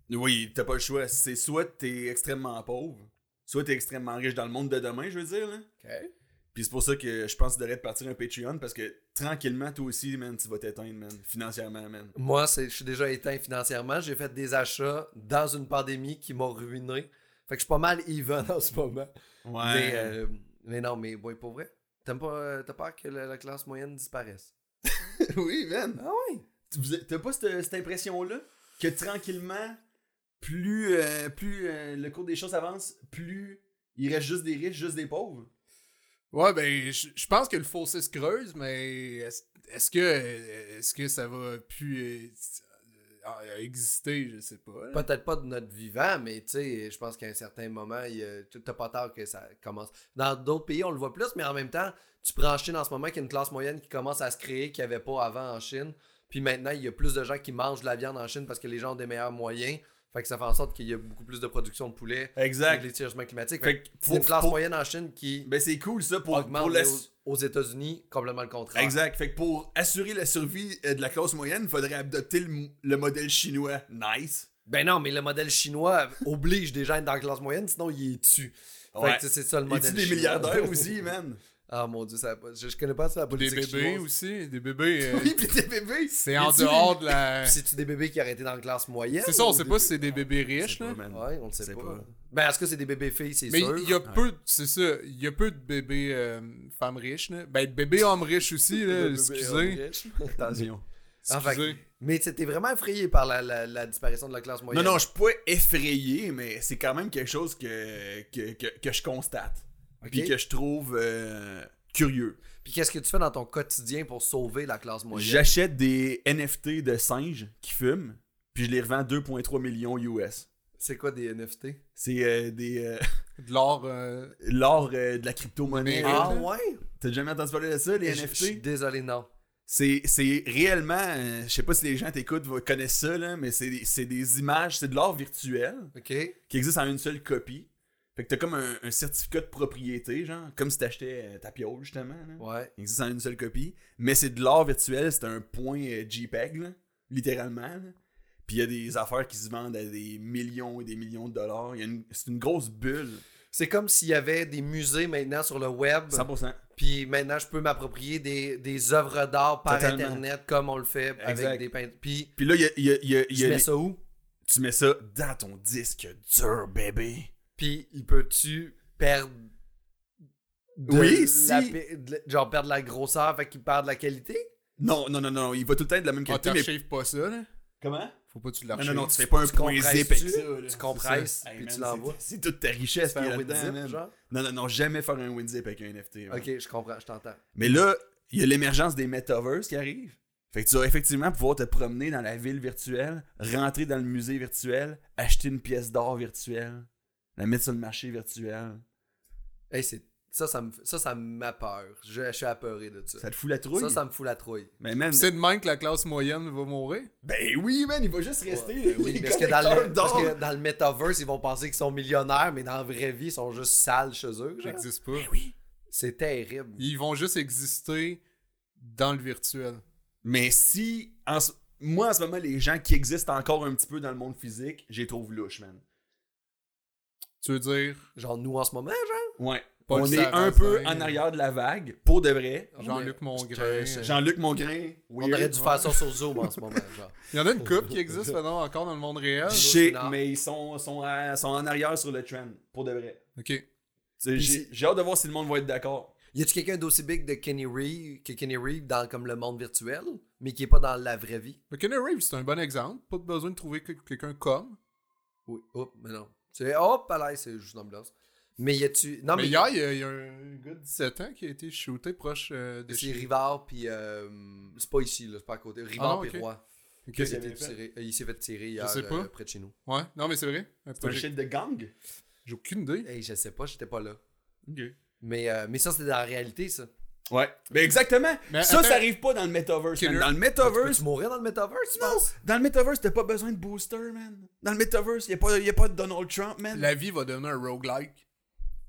A: Oui, t'as pas le choix. C'est soit t'es extrêmement pauvre, soit t'es extrêmement riche dans le monde de demain, je veux dire. Là.
C: Ok.
A: Puis c'est pour ça que je pense que tu devrais te partir un Patreon parce que tranquillement, toi aussi, man, tu vas t'éteindre, man, financièrement, man.
C: Moi, c'est- je suis déjà éteint financièrement. J'ai fait des achats dans une pandémie qui m'a ruiné. Fait que je suis pas mal even en ce moment.
A: Ouais.
C: Mais, euh, mais non, mais ouais, pour vrai, t'aimes pas, euh, t'as peur que la, la classe moyenne disparaisse.
A: oui, man.
C: Ah oui?
A: Tu- vous- T'as pas cette, cette impression-là que tranquillement, plus, euh, plus euh, le cours des choses avance, plus il reste juste des riches, juste des pauvres?
B: Ouais, ben, je je pense que le fossé se creuse, mais est-ce est-ce que, est que ça va plus euh, euh, exister? Je sais pas. là.
C: Peut-être pas de notre vivant, mais tu sais, je pense qu'à un certain moment, il y a- tu- t'as pas tard que ça commence. Dans d'autres pays, on le voit plus, mais en même temps, tu prends en Chine en ce moment qu'il y a une classe moyenne qui commence à se créer qu'il n'y avait pas avant en Chine. Puis maintenant, il y a plus de gens qui mangent de la viande en Chine parce que les gens ont des meilleurs moyens. Fait que ça fait en sorte qu'il y a beaucoup plus de production de poulet avec
A: Exact.
C: les changements climatiques. Fait
A: Fait
C: que
A: que
C: c'est une
A: faut-
C: classe
A: faut-
C: moyenne en Chine qui
A: Ben c'est cool ça pour,
C: augmente
A: pour
C: mais
A: la-
C: aux, aux États-Unis, complètement le contraire.
A: Exact. Fait que pour assurer la survie euh, de la classe moyenne, il faudrait adopter le, m- le modèle chinois. Nice.
C: Ben non, mais le modèle chinois oblige des gens à être dans la classe moyenne, sinon il est tue. Fait
A: Ouais.
C: que tu sais, c'est ça le
A: Il
C: modèle
A: dit des
C: chinois.
A: milliardaires aussi, man.
C: Ah mon dieu, ça, a pas- je, je connais pas ça la
B: Des
C: politique
B: bébés
C: chinoise.
B: aussi, des bébés. euh,
A: Oui, pis des bébés.
B: c'est en
A: Il dit
B: dehors de la.
C: Puis C'est-tu des bébés qui auraient été dans la classe moyenne?
B: C'est ça, on
C: ou
B: sait
C: des
B: pas
C: bébés-
B: si c'est des bébés
A: des-
B: riches, là.
C: Ouais, on le sait
A: C'est
C: pas.
A: pas.
C: Ben est-ce que c'est des bébés filles, c'est
B: Mais
C: sûr?
B: il y a peu, de- c'est ça, il y a peu de bébés euh, femmes riches, là. Ben, de bébés hommes riches aussi, là, Euh, excusez.
A: Attention.
C: Ah, fait que-
B: excusez.
C: Mais tu sais, t'es vraiment effrayé par la, la- la disparition de la classe
A: Non,
C: moyenne.
A: non, je suis pas effrayé, mais c'est quand même quelque chose que, que, que, que je constate. Puis que je trouve euh, curieux.
C: Puis qu'est-ce que tu fais dans ton quotidien pour sauver la classe moyenne?
A: J'achète des NFT de singes qui fument, puis je les revends 2,3 millions US.
C: C'est quoi des NFT?
A: C'est euh, des euh,
B: De l'or. euh,
A: l'or euh, de la crypto-monnaie. là.
B: Ah,
C: ouais?
A: T'as jamais entendu parler de ça, les
C: Je-
A: NFT?
C: Je suis désolé, non.
A: C'est, c'est réellement, euh, je sais pas si les gens t'écoutent vont- connaissent ça, là, mais c'est, des- c'est des images, c'est de l'art virtuel
C: OK.
A: qui existe en une seule copie. Fait que t'as comme un, un certificat de propriété, genre, comme si t'achetais euh, ta piole, justement. là.
C: Ouais.
A: Il existe en une seule copie, mais c'est de l'art virtuel, c'est un point euh, JPEG, là, littéralement. là. Puis il y a des affaires qui se vendent à des millions et des millions de dollars. Il y a une- c'est une grosse bulle,
C: C'est comme s'il y avait des musées maintenant sur le web,
A: 100%.
C: puis maintenant je peux m'approprier des, des œuvres d'art par
A: Totalement.
C: Internet comme on le fait
A: Exact.
C: avec des peintres. Puis
A: Puis là, il y a, il y a- il y a- il y
C: je
A: a
C: mets
A: les-
C: ça où?
A: tu mets ça dans ton disque dur, bébé.
C: Puis il peut-tu perdre de
A: Oui,
C: la
A: si.
C: pi- de la- genre perdre la grosseur, fait qu'il perd de la qualité?
A: Non, non, non, non, il va Ah, tout le temps être de la même
B: Ah,
A: qualité. mais...
B: t'archives pas ça, là.
A: Comment?
B: Faut pas que tu
A: Non,
B: l'archives.
A: non, non, tu fais pas un
C: Tu
A: point
C: compresses-tu?
A: zip avec ça. là.
C: Tu compresses,
A: C'est ça.
C: puis
A: Hey,
C: tu
A: man,
C: l'envoies.
A: C'est c'est toute ta richesse qui
C: Faire
A: est
C: un
A: là-dedans,
C: WinZip,
A: man.
C: genre?
A: Non, non, non, jamais faire un WinZip avec un NFT. man.
C: Ok, je comprends, je t'entends.
A: Mais là, il y a l'émergence des metaverses qui arrive. Fait que tu vas effectivement pouvoir te promener dans la ville virtuelle, rentrer dans le musée virtuel, acheter une pièce d'or virtuelle, la mettre sur le marché virtuel.
C: Hey, c'est- ça, ça me, ça, ça m'apeure. Je, je suis apeuré de ça.
A: Ça te fout la trouille?
C: Ça, ça me fout la trouille.
A: Mais man,
B: C'est de même que la classe moyenne va mourir.
A: ben oui, man, il va juste rester.
C: Ouais, ben oui,
A: les
C: parce, que dans le,
A: collecteurs
C: parce
A: d'or.
C: que dans le metaverse, ils vont penser qu'ils sont millionnaires, mais dans la vraie vie, ils sont juste sales chez eux. genre.
B: J'existe pas.
A: Ben oui.
C: C'est terrible.
B: Ils vont juste exister dans le virtuel.
A: Mais si, en ce- moi en ce moment, les gens qui existent encore un petit peu dans le monde physique, j'ai trouve louche, man.
B: Tu veux dire
C: Genre, nous en ce moment,
A: Ouais.
B: Paul
A: On est
B: Sarrazin,
A: un peu en
B: euh,
A: arrière de la vague, pour de vrai.
B: Jean-Luc Mongrain.
C: je-
B: euh,
A: Jean-Luc Mongrain,
C: on aurait dû
A: weird.
C: faire ça sur Zoom en ce moment. Genre.
B: Il y en a une coupe qui existe maintenant encore dans le monde réel.
C: Jean-
A: Shit,
C: Non.
A: mais ils sont, sont, à- sont en arrière sur le trend, pour de vrai.
B: Ok.
A: Tu sais, J'ai j'ai hâte de voir si le monde va être d'accord.
C: Y a-tu quelqu'un d'aussi big de Kenny Reeve, que Kenny Reeve dans comme le monde virtuel, mais qui est pas dans la vraie vie?
B: Le Kenny Reeves, c'est un bon exemple. Pas besoin de trouver que- quelqu'un comme.
C: Oui. Hop, mais non. C'est hop, à l'aise, c'est juste une ambulance. Mais y a-tu. Non,
B: mais
C: Ah,
B: hier,
C: mais.
B: il y, a, il y a un gars de 17 ans qui a été shooté proche euh, de
C: C'est
B: chez
C: Rivard, puis. euh, c'est pas ici, là, c'est pas à côté. Rivard,
B: non,
C: puis
B: Ah, ok.
C: Roy.
B: Ok.
C: Il
A: Qu'est-ce
C: s'est
A: qu'il
C: fait
A: avait fait?
C: tirer- euh, il s'est fait tirer hier
B: sais pas.
C: euh, près de chez nous.
B: Ouais, non, mais c'est vrai. Un
A: C'est un
B: projet-
A: shit de gang?
B: J'ai aucune idée.
C: Hey, je sais pas, j'étais pas là. Mais, euh, mais ça, c'est dans la réalité, ça.
A: Ouais. Ben exactement.
B: Mais
A: ça,
B: attends.
A: ça arrive pas dans le metaverse, man.
B: Killer.
A: Dans le
C: Peux-tu
A: metaverse,
C: mourir dans le metaverse, tu
A: non.
C: penses?
A: Dans le metaverse, t'as pas besoin de booster, man. Dans le metaverse, y a pas, y a pas de Donald Trump, man.
B: La vie va devenir un roguelike.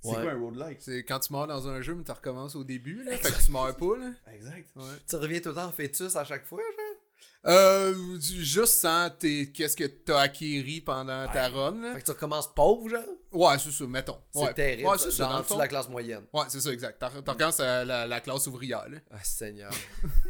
A: C'est
C: Ouais.
A: quoi un roguelike?
B: C'est quand tu meurs dans un jeu, mais tu recommences au début. Là, fait que tu meurs pas. Là.
A: Exact.
B: Ouais.
C: Tu reviens tout le temps en fœtus à chaque fois, genre?
B: Euh, tu- juste sans tes- qu'est-ce que t'as acquéri pendant ta run. là.
C: Fait que tu recommences pauvre, genre?
B: Ouais, c'est ça, mettons.
C: C'est
B: Ouais.
C: terrible.
B: Ouais, c'est ça,
C: dans
B: dans
C: en
B: le
C: dessous
B: fond.
C: de la classe moyenne.
B: Ouais, c'est ça, exact. T'en t'en regardes à la, la classe ouvrière. là.
C: Ah, Seigneur.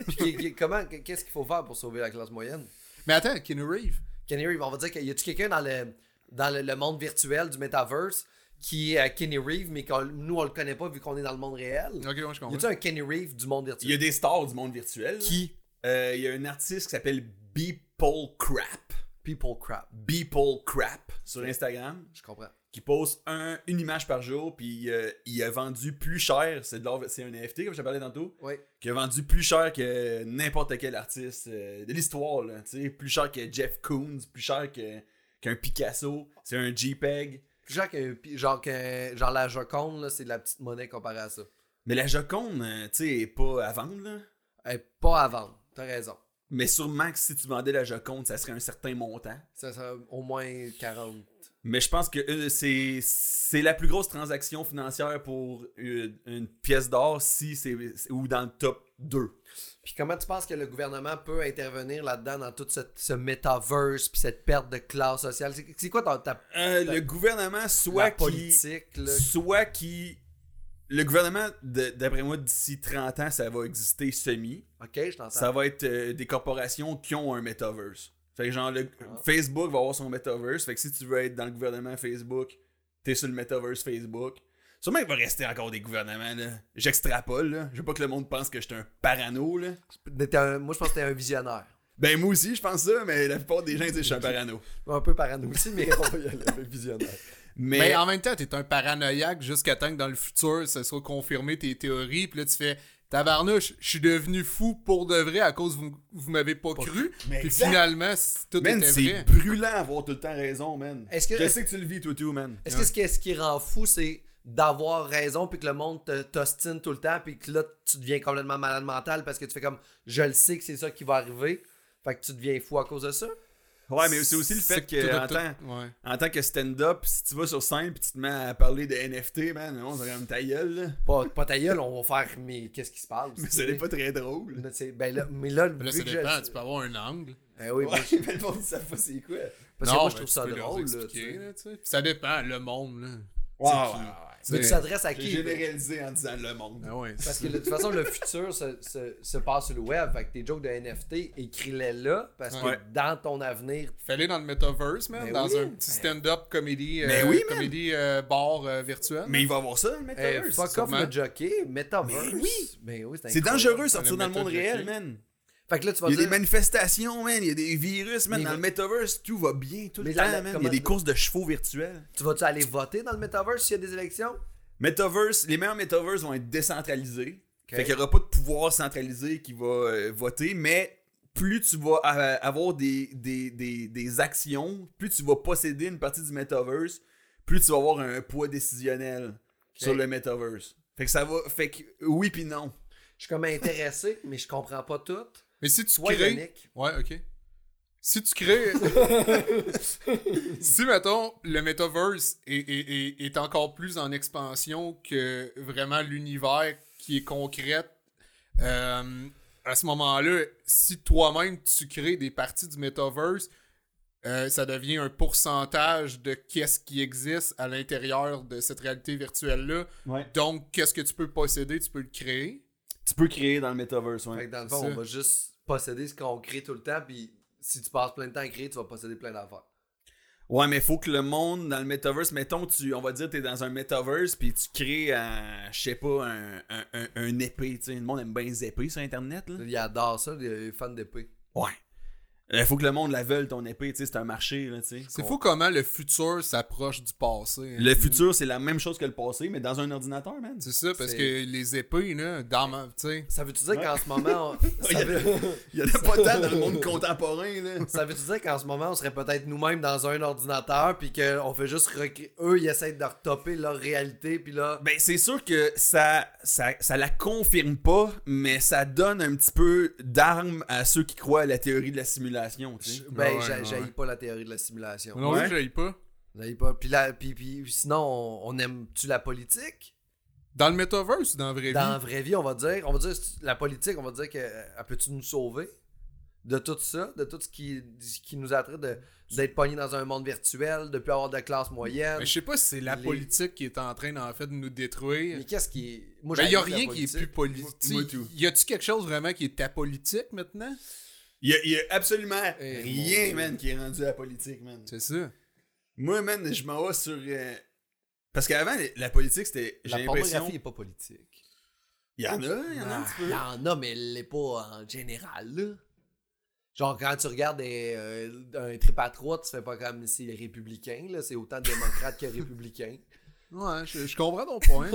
C: Puis, qui- qui- comment, qu'est-ce qu'il faut faire pour sauver la classe moyenne?
B: Mais attends, Keanu Reeves.
C: Kenny Reeve, on va dire qu'il y a-tu quelqu'un dans, le, dans le, le monde virtuel du metaverse qui est euh, Kenny Reeve, mais qu'on- nous, on le connaît pas vu qu'on est dans le monde réel?
B: Ok, moi je
C: Y a-tu
B: comprends.
C: un Kenny Reeve du monde
A: Il y a
C: virtuel?
A: des stars du monde virtuel. là.
C: Qui?
A: Euh, Il y a un artiste qui s'appelle Beeple Crap.
C: People crap.
A: Beeple Crap sur Instagram.
C: Je comprends.
A: Qui poste un, une image par jour, puis euh, il a vendu plus cher. C'est de l'or- c'est un NFT, comme je te parlais tantôt.
C: Oui.
A: Qui a vendu plus cher que n'importe quel artiste euh, de l'histoire. là, tu sais. Plus cher que Jeff Koons, plus cher que- qu'un Picasso. C'est un JPEG.
C: Genre, qu'un- puis genre, qu'un- genre la Joconde, là, c'est de la petite monnaie comparée à ça.
A: Mais la Joconde, euh, tu sais, est pas à vendre, là.
C: Elle est Eh, pas à vendre. T'as raison.
A: Mais sûrement que si tu vendais la Joconde, ça serait un certain montant.
C: Ça sera au moins 40.
A: Mais je pense que euh, c'est c'est la plus grosse transaction financière pour une, une pièce d'or si c'est ou dans le top 2.
C: Puis comment tu penses que le gouvernement peut intervenir là-dedans dans tout cette- ce metaverse puis cette perte de classe sociale? C'est c'est quoi ta, ta-
A: Euh, le gouvernement
C: la
A: soit qui
C: politique? là?
A: soit qui le gouvernement de- d'après moi d'ici 30 ans ça va exister semi.
C: Ok, je t'entends.
A: Ça va être euh, des corporations qui ont un metaverse. Fait que genre le
C: Ah.
A: Facebook va avoir son metaverse, fait que si tu veux être dans le gouvernement Facebook, t'es sur le metaverse Facebook. Sûrement il va rester encore des gouvernements là. J'extrapole là, je veux pas que le monde pense que je suis un parano là.
C: T'es un- moi, je pense que t'es un visionnaire.
A: Ben moi aussi je pense ça, mais la plupart des gens disent que je suis un parano.
C: Un peu parano aussi, mais on va y aller avec visionnaire.
A: Mais,
B: Mais... en même temps, t'es un paranoïaque jusqu'à temps que dans le futur, ça soit confirmé tes théories. Puis là, tu fais Tabarnouche, je suis devenu fou pour de vrai à cause que vous, vous m'avez pas, cru.
A: Mais
B: Puis
A: exact.
B: finalement, c- tout
A: man,
B: était
A: c'est
B: vrai.
A: brûlant avoir tout le temps raison, man.
C: Est-ce que-
A: je sais que tu le vis tout tout, man.
C: Est-ce que ce, que ce qui rend fou, c'est d'avoir raison puis que le monde te- t'ostine tout le temps puis que là, tu deviens complètement malade mental parce que tu fais comme je le sais que c'est ça qui va arriver. Fait que tu deviens fou à cause de ça.
A: Ouais, mais c'est aussi le fait
B: tout
A: que
B: a-
A: en
B: tout-
A: tant,
B: ouais.
A: en tant que stand-up, si tu vas sur scène puis tu te mets à parler de NFT, man, on serait comme ta gueule, là.
C: Pas, pas ta gueule, on va faire mais qu'est-ce qui se passe?
A: Mais ce n'est pas très drôle.
C: Là, c'est- Ben là, mais là,
B: Mais Là,
C: vu
B: ça
C: que je-
B: dépend. Tu peux avoir un angle.
C: Ben oui, moi, je-
A: Ouais, mais le monde ne savent pas c'est quoi.
C: parce que moi,
B: mais
C: je trouve
B: tu
C: ça
B: peux leur
C: drôle. Là, tu
B: expliquer,
C: sais.
B: là, tu sais. Puis Ça dépend, le monde. Là.
A: Wow.
C: Mais tu t'adresses à
A: J'ai
C: qui? là?
A: généralisé en disant le monde.
B: Ah ouais,
C: Parce que de toute façon, le futur se, se- se passe sur le web. Fait que tes jokes de NFT, écris-les là parce que
A: Ouais.
C: dans ton avenir,
B: Fallait dans le metaverse, man,
C: Mais
B: dans
C: oui.
B: un petit stand-up comédie,
A: Mais
B: euh,
A: oui, man.
B: comédie euh, bar euh, virtuel.
A: Mais il va avoir ça dans le
C: Eh,
A: metaverse.
C: fuck off
B: sûrement.
C: le jockey, metaverse.
A: Mais oui.
C: Mais oui,
A: c'est
C: incroyable.
A: dangereux sortir
B: Le
A: dans le monde
B: méthode
A: réel,
B: Jackie.
A: man.
C: Fait que là, tu vas
A: Il y a des
C: dire.
A: manifestations, man. Il y a des virus, man.
C: Mais
A: Dans
C: va-
A: le metaverse, tout va bien tout
C: Mais
A: le
C: la- la-
A: temps, man. Il y
C: comment-
A: a des courses de chevaux virtuels.
C: Tu vas-tu aller voter dans le metaverse s'il y a des élections?
A: Metaverse, les meilleurs metaverses vont être décentralisés.
C: Ok.
A: Fait qu'il n'y aura pas de pouvoir centralisé qui va euh, voter, mais plus tu vas euh, avoir des, des, des, des actions, plus tu vas posséder une partie du metaverse, plus tu vas avoir un poids décisionnel sur le metaverse. Fait que ça va. Fait que oui puis non.
C: Je suis comme intéressé, mais je comprends pas tout.
B: Mais si tu
C: Toi,
B: crées.
C: Yannick,
B: Ouais, ok. Si tu crées. si, mettons, le metaverse est, est- est- est encore plus en expansion que vraiment l'univers qui est concret, euh, à ce moment-là, si toi-même tu crées des parties du metaverse, euh, ça devient un pourcentage de qu'est-ce qui existe à l'intérieur de cette réalité virtuelle-là.
A: Ouais.
B: Donc, qu'est-ce que tu peux posséder, tu peux le créer.
A: Tu peux créer dans le metaverse, ouais.
C: Fait que dans le fond,
B: Ça.
C: on va juste posséder ce qu'on crée tout le temps, puis si tu passes plein de temps à créer, tu vas posséder plein d'affaires.
A: Ouais, mais faut que le monde dans le metaverse, mettons, tu, on va dire, t'es dans un metaverse, puis tu crées, euh, je sais pas, un, un, un- un épée, tu sais. Le monde aime bien les épées sur Internet, là.
C: Il adore ça, les fans d'épée.
A: Ouais. Euh, faut que le monde la veuille, ton épée, tu sais, c'est un marché, là, tu sais.
B: C'est fou comment le futur s'approche du passé. hein.
A: Le futur, c'est la même chose que le passé, mais dans un ordinateur, man.
B: C'est ça, parce
C: C'est-
B: que les épées, là, dans ma... tu sais.
C: Ça veut-tu dire qu'en ce moment, on...
A: Il y
C: ça,
A: a-
C: veut...
A: Il y en a pas tant dans le monde contemporain, là.
C: ça veut-tu dire qu'en ce moment, on serait peut-être nous-mêmes dans un ordinateur, puis qu'on fait juste recré- eux, ils essayent de retoper leur réalité, puis là,
A: Ben, c'est sûr que ça, ça, ça la confirme pas, mais ça donne un petit peu d'armes à ceux qui croient à la théorie de la simulation, tu sais.
C: ben,
B: Ouais,
C: j'a-
B: ouais.
C: j'haïs pas la théorie de la simulation.
B: Non,
A: Ouais.
B: je l'ai pas.
C: J'haïs pas. Puis, la... puis, puis sinon, on, on aime-tu la politique?
B: Dans le metaverse ou dans la vraie
C: Dans la
B: vie?
C: vraie vie, on va dire, on va dire la politique, on va dire que euh, elle peut-tu nous sauver de tout ça, de tout ce qui, ce qui nous attrait de- d'être pogné dans un monde virtuel, de plus avoir de classe moyenne.
B: Mais je sais pas si c'est la
C: Les-
B: politique qui est en train, en fait, de nous détruire.
C: Mais qu'est-ce qui est. Moi,
B: Ben,
C: j'haïs
B: y a
C: la
B: rien qui est
C: politique.
B: plus
A: Moi- moi
B: politique.
A: tout.
B: Y a-tu quelque chose vraiment qui est apolitique maintenant?
A: Il y a, il y a absolument
B: Eh, mon
A: rien,
B: Dieu.
A: man, qui est rendu à la politique, man.
B: C'est ça.
A: Moi, man, je m'en vais sur. euh, Parce qu'avant, la politique, c'était.
C: La
A: J'ai l'impression.
C: pornographie n'est pas politique.
A: Il y en a, il y en a un
C: Ah,
A: petit
C: Il
A: peu.
C: y en a, mais elle l'est pas en général, là. Genre, quand tu regardes des, euh, un trip à trois, tu fais pas comme si les républicains, là. C'est autant démocrate que républicain.
B: Ouais, je, je comprends ton point.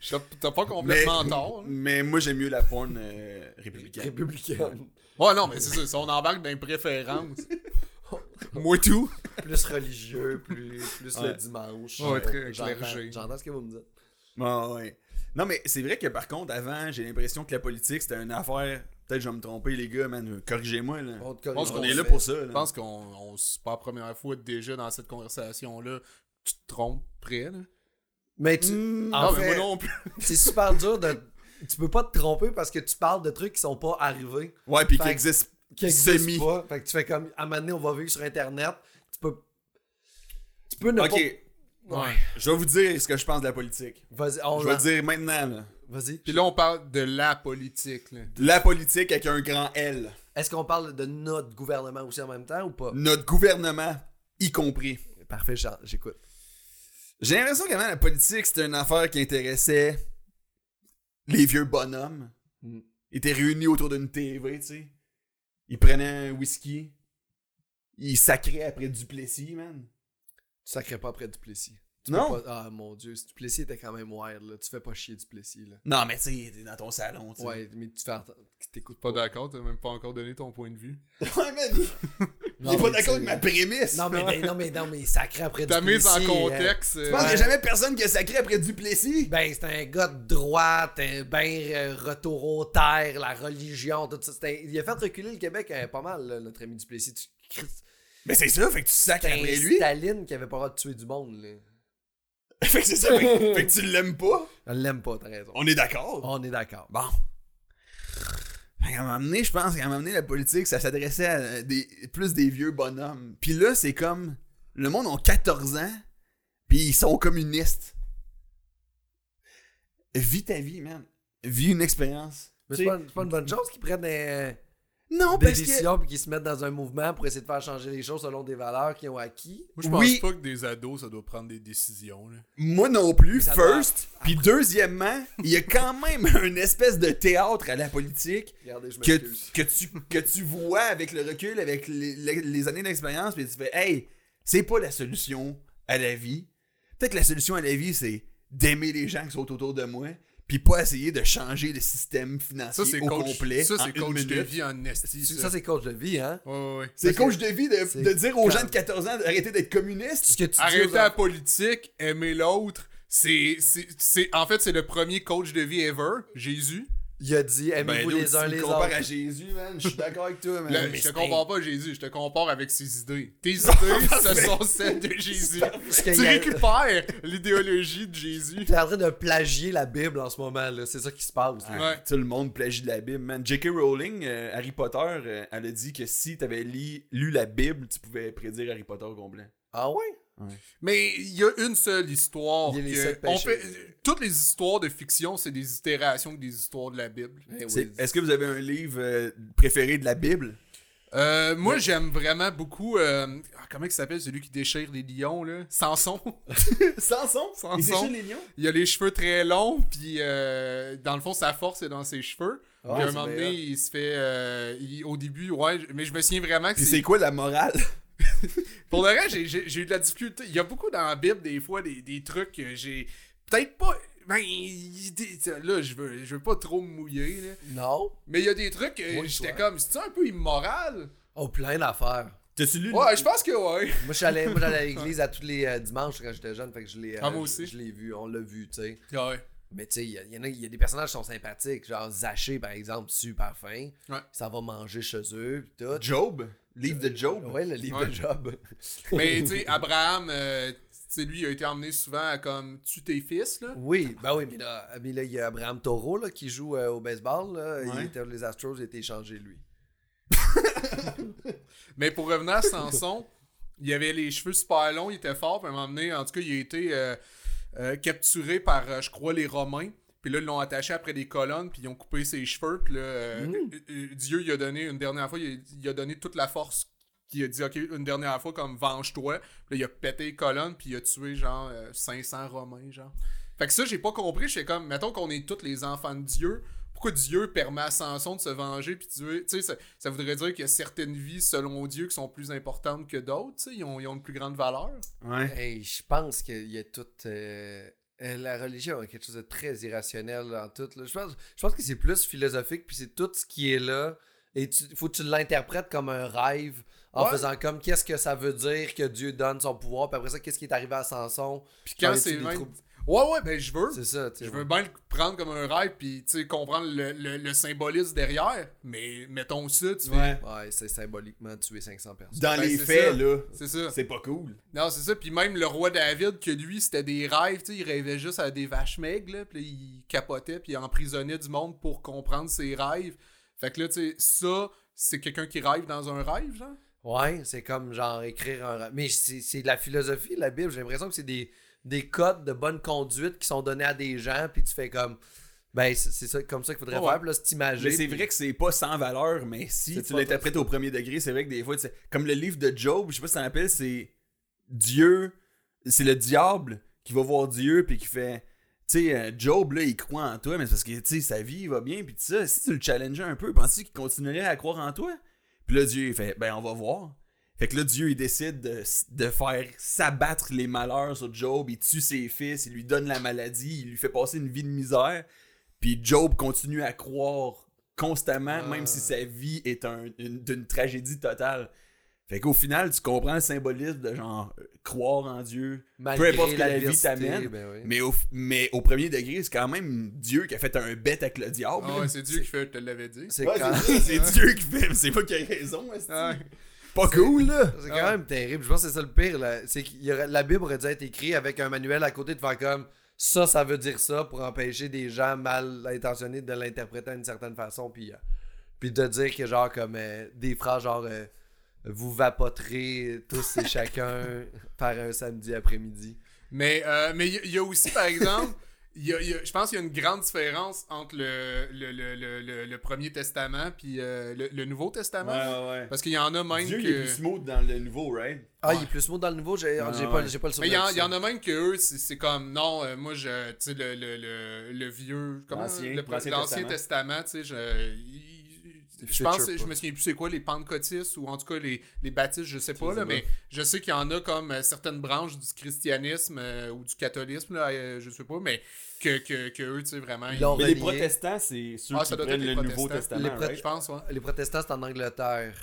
B: Je- T'as pas complètement tort. là.
A: mais moi, j'aime mieux la porn euh, républicaine.
C: Républicain.
B: Ouais, non, mais c'est ça. Si on embarque dans les préférences. Moi tout.
C: plus religieux, plus, plus
A: Ouais.
C: le dimanche. euh,
B: Ouais, très
C: J'entends-
B: clergé.
C: J'entends ce que vous me dites.
A: Ah, ouais. Non, mais c'est vrai que par contre, avant, j'ai l'impression que la politique, c'était une affaire. Peut-être que je vais me tromper, les gars, man. Corrigez-moi, là.
C: On, te corrige,
B: pense
A: On
B: qu'on
A: est
B: se
A: là
C: fait.
A: pour ça, là.
B: Je pense qu'on on c'est pas la première fois déjà dans cette conversation-là. Tu te trompes près, là.
C: Mais tu-
A: Hmm.
C: En
B: non, mais moi
C: fait-
B: non plus.
C: c'est super dur de. Tu peux pas te tromper parce que tu parles de trucs qui sont pas arrivés.
A: Ouais, puis
C: Fait
A: qui
C: que-
A: existe
C: qui existent
A: Semi.
C: pas. Fait que tu fais comme à un moment donné, on va vivre sur internet. Tu peux. Tu peux ne
A: Ok,
C: pas. Ouais.
A: je vais vous dire ce que je pense de la politique.
C: Vas-y, on
A: je vais
C: lance.
A: le dire maintenant. là.
C: Vas-y.
B: Puis là, on parle de la politique, là.
A: La politique avec un grand L.
C: Est-ce qu'on parle de notre gouvernement aussi en même temps ou pas?
A: Notre gouvernement, y compris.
C: Parfait, Jean, j'écoute.
A: J'ai l'impression qu'avant, la politique, c'était une affaire qui intéressait les vieux bonhommes.
C: Mm.
A: Ils étaient réunis autour d'une TV, tu sais. Ils prenaient un whisky. Ils sacraient après Duplessis, man.
C: Tu sacrais pas après Duplessis. Tu
A: Non.
C: peux pas- Ah mon dieu, si Duplessis était quand même wild, là. Tu fais pas chier Duplessis, là.
A: Non, mais tu sais, t'es dans ton salon, tu sais.
C: Ouais, mais tu fais entendre. tu T'écoutes
B: Pas d'accord, t'as même pas encore donné ton point de vue.
A: Ouais, man, il- il est
C: Non,
A: pas
C: mais
A: d'accord avec
C: tu-
A: ma prémisse.
C: Non, mais, ben, non, mais, non, mais sacré après
B: Ta mise
C: Duplessis.
B: en
C: hein.
B: contexte.
A: Je
B: euh,
A: pense qu'il y a
C: Ouais.
A: jamais personne qui a sacré après Duplessis.
C: Ben, c'est un gars de droite, un ben euh, retour aux terres, la religion, tout ça. C'est un- Il a fait reculer le Québec euh, pas mal, là, notre ami Duplessis. Tu... Christ-
A: Mais c'est ça, fait que tu sacres
C: ben, C'est
A: après
C: un
A: lui.
C: Staline qui avait pas le droit de tuer du monde, là.
A: fait que c'est ça, fait, que- fait que tu l'aimes pas.
C: On l'aime pas, t'as raison.
A: On est d'accord.
C: On est d'accord.
A: Bon. Fait qu'à un moment donné, je pense qu'à un moment donné, la politique, ça s'adressait à euh, des, plus des vieux bonhommes. Puis là, c'est comme. Le monde ont 14 ans, puis ils sont communistes. Vis ta vie, man. Vis une expérience.
C: Mais
A: Tu
C: c'est
A: sais-
C: pas, c'est pas une bonne chose qu'ils prennent euh,
A: Non,
C: des
A: parce que.
C: décisions et qu'ils se mettent dans un mouvement pour essayer de faire changer les choses selon des valeurs qu'ils ont acquis.
B: Moi, je pense
A: Oui.
B: pas que des ados, ça doit prendre des décisions. Là.
A: Moi non plus,
C: ça
A: first. Puis deuxièmement, il y a quand même une espèce de théâtre à la politique.
C: Regardez, je
A: que,
C: m'excuse.
A: que, tu, que tu vois avec le recul, avec les, les- les années d'expérience, puis tu fais Hey, c'est pas la solution à la vie. Peut-être que la solution à la vie, c'est d'aimer les gens qui sont autour de moi, puis pas essayer de changer le système financier
B: Ça, c'est
A: au
B: coach,
A: complet.
B: ça,
A: en
B: c'est
A: une
B: coach de
A: minute.
B: vie en esti.
C: Ça,
B: Ça,
C: c'est coach de vie, hein?
B: Ouais, ouais, ouais.
A: C'est
C: Parce
A: coach
C: que-
A: de vie de,
C: c'est
A: de dire aux gens
C: quand-
A: de 14 ans d'arrêter d'être
C: Ce
A: communiste.
C: que tu dis aux
B: Arrêter
A: hein.
B: la
C: enfants.
B: politique, aimer l'autre. C'est, c'est, c'est- en fait, c'est le premier coach de vie ever, Jésus.
C: Il a dit, aimez-vous
A: dude,
C: les
A: tu
C: uns
A: me
C: les
A: compares
C: autres.
A: à Jésus, man. Je suis d'accord avec toi, man.
B: Là,
A: Mais
B: je te
A: c'est-
B: compare pas à Jésus, je te compare avec ses idées. Tes idées, ce sont celles de Jésus.
C: Parce qu'il
B: Tu
C: y a-
B: récupères l'idéologie de Jésus.
C: T'es en train de plagier la Bible en ce moment, là. C'est ça qui se passe. là.
A: Ah,
B: Ouais.
A: Tout le monde plagie de la Bible, man. J.K. Rowling, euh, Harry Potter, euh, elle a dit que si t'avais li- lu la Bible, tu pouvais prédire Harry Potter au complet.
C: Ah ouais?
B: Mais il y a une seule histoire.
C: Il y a les
B: que
C: sept
B: on
C: péchés.
B: fait- Toutes les histoires de fiction, c'est des itérations des histoires de la Bible.
C: Ben
A: C'est- Est-ce que vous avez un livre euh, préféré de la Bible?
B: Euh, moi, j'aime vraiment beaucoup. euh, ah, comment il s'appelle celui qui déchire les lions, là Samson.
A: Samson?
B: Samson.
A: Il déchire les lions?
B: il a les cheveux très longs, puis euh, dans le fond, sa force est dans ses cheveux.
C: Ah,
B: puis à un
C: c'est
B: moment
C: bien.
B: donné, il se fait. euh, il- au début, ouais, je- mais je me souviens vraiment que
A: Puis
B: c'est.
A: c'est quoi la morale?
B: Pour le reste, j'ai- j'ai j'ai eu de la difficulté. Il y a beaucoup dans la Bible, des fois, des, des trucs que j'ai. Peut-être pas. Ben, il- des- là, je veux, je veux pas trop me mouiller, là.
C: Non?
B: Mais il y a des trucs, euh,
C: Oui,
B: j'étais
C: ouais.
B: comme, c'est un peu immoral?
C: Oh, plein d'affaires.
A: T'as-tu lu?
B: Ouais, je pense que ouais.
C: Moi, je suis allé moi, j'allais à l'église à tous les euh, dimanches quand j'étais jeune, fait que je l'ai euh,
B: Ah, moi aussi.
C: je, je l'ai vu, on l'a vu, tu sais.
B: Ouais.
C: Mais tu sais, il y, a- il y en a, il y a des personnages qui sont sympathiques, genre Zaché, par exemple, super fin.
B: Ouais.
C: Ça va manger chez eux, pis tout.
A: Job? Livre de Job?
C: Ouais, le livre
B: Ouais.
C: de Job.
B: Mais tu sais, Abraham, euh, tu sais, lui, il a été emmené souvent à comme, tue tes fils, là.
C: Oui, ben oui, mais là, mais là, il y a Abraham Taureau là, qui joue euh, au baseball. Là. Il
A: Ouais.
C: était les Astros, il a été échangé, lui.
B: Mais pour revenir à Samson, il avait les cheveux super longs, il était fort, puis à un moment donné, en tout cas, il a été euh, euh, capturé par, euh, je crois, les Romains. Puis là, ils l'ont attaché après des colonnes, puis ils ont coupé ses cheveux. Puis là, euh, euh, euh, Dieu, il a donné une dernière fois, il a, il a donné toute la force. Il a dit, OK, une dernière fois, comme, venge-toi. Puis là, il a pété les colonnes, puis il a tué, genre, euh, 500 Romains, genre. Fait que ça, j'ai pas compris. Je fais comme, mettons qu'on est tous les enfants de Dieu. Pourquoi Dieu permet à Samson de se venger? Puis Dieu, tu sais, ça, ça voudrait dire qu'il y a certaines vies, selon Dieu, qui sont plus importantes que d'autres. Tu sais, ils ont, ils ont une plus grande valeur.
A: Ouais.
C: Hey, je pense qu'il y a toute euh, euh, la religion a quelque chose de très irrationnel dans tout. là. Je pense, je pense que c'est plus philosophique, puis c'est tout ce qui est là. Et il faut que tu l'interprètes comme un rêve, en
B: Ouais.
C: faisant comme qu'est-ce que ça veut dire que Dieu donne son pouvoir, puis après ça, qu'est-ce qui est arrivé à Samson.
B: Puis quand
C: Ah,
B: c'est
C: tu les
B: même-
C: trouves-
B: Ouais, ouais, ben je veux.
C: C'est ça, tu sais.
B: Je veux bien le prendre comme un rêve, puis tu sais, comprendre le, le- le symbolisme derrière. Mais mettons ça, tu fais.
A: Ouais.
C: Ouais, c'est symboliquement tuer 500 personnes.
A: Dans
B: Ben,
A: les
B: c'est
A: faits,
B: ça.
A: là,
B: C'est ça.
A: c'est pas cool.
B: Non, c'est ça. Puis même le roi David, que lui, c'était des rêves, tu sais, il rêvait juste à des vaches maigres, là, puis là, il capotait, puis il emprisonnait du monde pour comprendre ses rêves. Fait que là, tu sais, ça, c'est quelqu'un qui rêve dans un rêve, genre.
C: Ouais, c'est comme genre écrire un. Mais c'est c'est de la philosophie, la Bible. J'ai l'impression que c'est des, des codes de bonne conduite qui sont donnés à des gens, puis tu fais comme. Ben, c'est c'est ça, comme ça qu'il faudrait
B: Ouais.
C: faire, puis là, c'est imagé.
A: Mais c'est vrai que c'est pas sans valeur, mais si
C: C'est
A: tu
C: pas
A: l'interprètes au premier degré, c'est vrai que des fois, tu sais, comme le livre de Job, je sais pas si t'en rappelles, c'est Dieu, c'est le diable qui va voir Dieu puis qui fait, tu sais, euh, Job là, il croit en toi, mais c'est parce que tu sais, sa vie il va bien puis tout ça. Si tu le challengeais un peu, penses-tu qu'il continuerait à croire en toi Puis là, Dieu il fait, ben on va voir. Fait que là, Dieu, il décide de, de faire s'abattre les malheurs sur Job. Il tue ses fils, il lui donne la maladie, il lui fait passer une vie de misère. Puis Job continue à croire constamment,
C: Ah.
A: même si sa vie est un- une- d'une tragédie totale. Fait qu'au final, tu comprends le symbolisme de genre euh, croire en Dieu.
C: Malgré
A: peu importe ce que la vie
C: l'adversité,
A: t'amène,
C: ben oui.
A: Mais au, mais au premier degré, c'est quand même Dieu qui a fait un bet avec le diable.
B: Ah ouais, c'est Dieu qui fait, je te l'avais dit.
C: C'est
A: Ouais,
C: quand,
A: c'est- c'est Dieu qui fait, mais c'est pas qui a raison. esti.
B: Ouais.
A: Pas cool, là.
C: c'est
B: Ah.
C: quand même terrible. Je pense que c'est ça le pire. là. C'est qu'il y aurait- la Bible aurait dû être écrite avec un manuel à côté de faire comme ça, ça veut dire ça pour empêcher des gens mal intentionnés de l'interpréter d'une certaine façon, puis, euh, puis de dire que genre comme euh, des phrases genre euh, vous vapoterez tous et chacun par un samedi après-midi.
B: Mais euh, mais il y a- il y, a aussi, par exemple, il y a- il y a- je pense qu'il y a une grande différence entre le, le, le, le, le- le Premier Testament puis euh, le, le Nouveau Testament.
A: ouais,
B: Parce qu'il y en a même
A: Dieu,
B: que...
A: il est plus smooth dans le nouveau, right?
C: Ah,
B: Ouais.
C: il est plus mot dans le nouveau, j'ai
A: Ah,
C: j'ai pas,
A: ouais.
C: j'ai pas le
B: Mais il y,
C: souvenir.
B: en-
C: de
B: y
C: ça.
B: en a même que eux, c'est c'est comme non, euh, moi je tu sais le, le, le, le vieux comment
A: L'Ancien-
B: le pre-
A: l'Ancien
B: l'Ancien
A: Testament.
B: testament, tu sais je il- Je pense, je me souviens plus c'est quoi, les pentecôtistes ou en tout cas les, les baptistes, je sais pas, là, mais je sais qu'il y en a comme euh, certaines branches du christianisme euh, ou du catholisme, là, euh, je sais pas, mais que, que, que eux, tu sais, vraiment.
C: Ils l'ont
A: Mais
C: relié.
A: les protestants, c'est ceux
B: Ah, ça
A: qui
B: doit être
A: prennent
B: les
A: le Nouveau
B: protestants.
A: Testament,
C: Les
B: ils-
A: right?
B: Je pense, ouais.
C: Les protestants, c'est en Angleterre.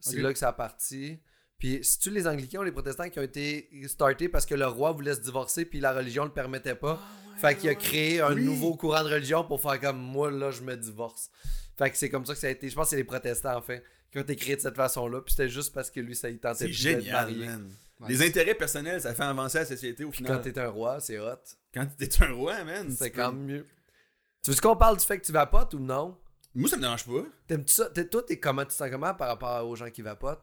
C: C'est
B: Ok.
C: là que ça a parti. Puis, si tu les Anglicans ou les protestants qui ont été startés parce que le roi voulait se divorcer puis la religion le permettait pas. fait qu'il a créé un
A: Oui.
C: nouveau courant de religion pour faire comme moi, là, je me divorce. Fait que c'est comme ça que ça a été. Je pense que c'est les protestants, en fait, qui ont été créés de cette façon-là. Puis c'était juste parce que lui, ça, il tentait
A: C'est
C: plus d'être
A: génial,
C: marié.
A: man.
B: Ouais.
A: Les intérêts personnels, ça fait avancer la société au
C: Puis quand
A: final.
C: t'es un roi, c'est hot.
A: Quand t'es un roi, man.
C: C'est
A: tu
C: quand même mieux. Tu veux qu'on parle du fait que tu vapotes ou non?
A: peux- Moi, ça me dérange pas.
C: T'aimes-tu ça? T'es- toi, t'es comment, tu te sens comment par rapport aux gens qui vapotent?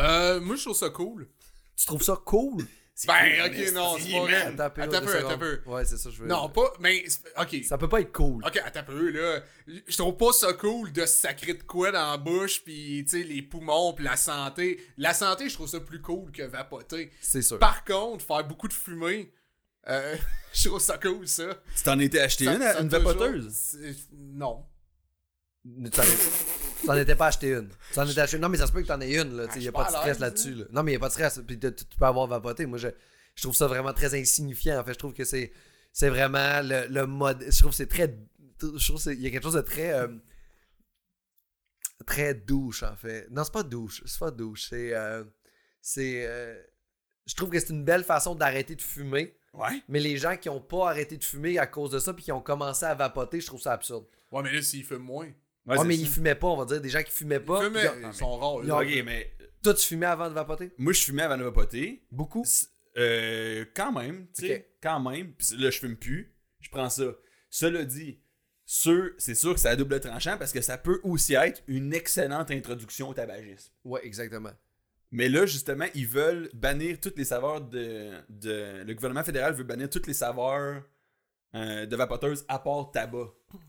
B: Euh, moi, je trouve ça cool.
C: Tu trouves ça cool?
A: C'est
B: Ben,
A: cool,
B: ok, non,
A: mais
B: c'est pas vrai.
A: man.
C: Attends un peu,
B: Attends un
C: deux
B: peu, attends
C: secondes.
B: un
C: Ouais, c'est ça, je veux.
A: Euh,
B: Non, pas. Mais, ok.
C: Ça peut pas être cool.
B: Ok, attends un peu, là. Je trouve pas ça cool de se sacrer de quoi dans la bouche, pis, tu sais, les poumons, pis la santé. La santé, je trouve ça plus cool que vapoter.
C: C'est sûr.
B: Par contre, faire beaucoup de fumée, euh, je trouve ça cool, ça.
A: Tu t'en étais acheté
B: Ça-
A: une,
B: ça
A: une
B: toujours-
A: vapoteuse.
B: c'est- Non.
C: Mais T'en es- t'en étais pas acheté une. T'en étais acheté une. Non, mais ça se peut que t'en aies une, là.
B: Ah, je
C: Il y
B: suis
C: a pas
B: pas
C: de
B: à
C: stress
B: l'aise,
C: là-dessus, là. Non, mais il y a pas de stress. Puis tu tu peux avoir vapoté. Moi, je, je trouve ça vraiment très insignifiant. En fait, je trouve que c'est c'est vraiment le, le mode. Je trouve que c'est très. Je trouve qu'il y a quelque chose de très. euh, très douche, en fait. Non, c'est pas douche. C'est pas douche. C'est. euh, c'est. euh, je trouve que c'est une belle façon d'arrêter de fumer.
A: Ouais.
C: Mais les gens qui ont pas arrêté de fumer à cause de ça puis qui ont commencé à vapoter, je trouve ça absurde.
B: Ouais, mais là, s'il fume moins.
A: Ouais,
C: ah, mais
A: c'est
C: ils
A: ça.
C: fumaient pas, on va dire. Des gens qui fumaient
B: Ils
C: pas.
B: fument,
C: puis
B: ils
C: genre,
B: sont rares, là.
C: Non.
A: Ok, mais
C: Toi, tu fumais avant de vapoter?
A: moi, je fumais avant de vapoter.
C: Beaucoup.
A: S- euh, quand même, tu sais,
C: Ok.
A: quand même. Puis là, je fume plus. Je prends ça. Cela dit, sûr- c'est sûr que c'est à double tranchant parce que ça peut aussi être une excellente introduction au tabagisme.
C: Ouais, exactement.
A: Mais là, justement, ils veulent bannir toutes les saveurs de. de- le gouvernement fédéral veut bannir toutes les saveurs euh, de vapoteuses à part tabac.
C: Ok.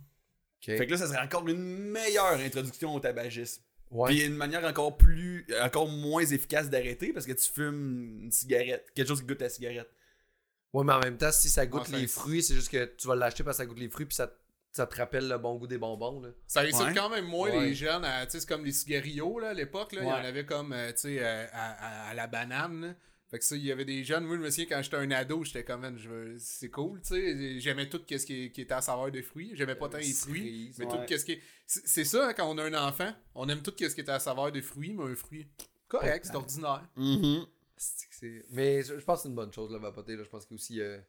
A: Fait que là, ça serait encore une meilleure introduction au tabagisme.
C: Ouais.
A: Puis une manière encore plus, encore moins efficace d'arrêter parce que tu fumes une cigarette, quelque chose qui goûte la cigarette.
C: Ouais, mais en même temps, si ça goûte
B: Ouais,
C: les
B: ça-
C: fruits, c'est juste que tu vas l'acheter parce que ça goûte les fruits puis ça, te- ça te rappelle le bon goût des bonbons. Là.
B: Ça incite
A: Ouais.
B: quand même moins
C: Ouais.
B: les jeunes. à- tu sais, C'est comme les cigarillos là, à l'époque. là, Il y en
A: Ouais.
B: avait comme euh, tu sais, euh, à, à- à la banane. là. Fait que ça, il y avait des jeunes. Moi, je me souviens quand j'étais un ado, j'étais comme, Man, je veux- c'est cool. tu sais. J'aimais tout ce qui, qui était à saveur de fruits. J'aimais pas tant les
C: Cerise,
B: fruits. Mais
A: ouais.
B: tout ce qui est- C'est c'est ça, hein, quand on a un enfant, on aime tout ce qui est à saveur de fruits, mais un fruit. Correct, c'est ordinaire.
A: Mm-hmm.
C: C'est que c'est- Mais je, je pense que c'est une bonne chose, le vapoter. Là. Je pense qu'aussi. Euh...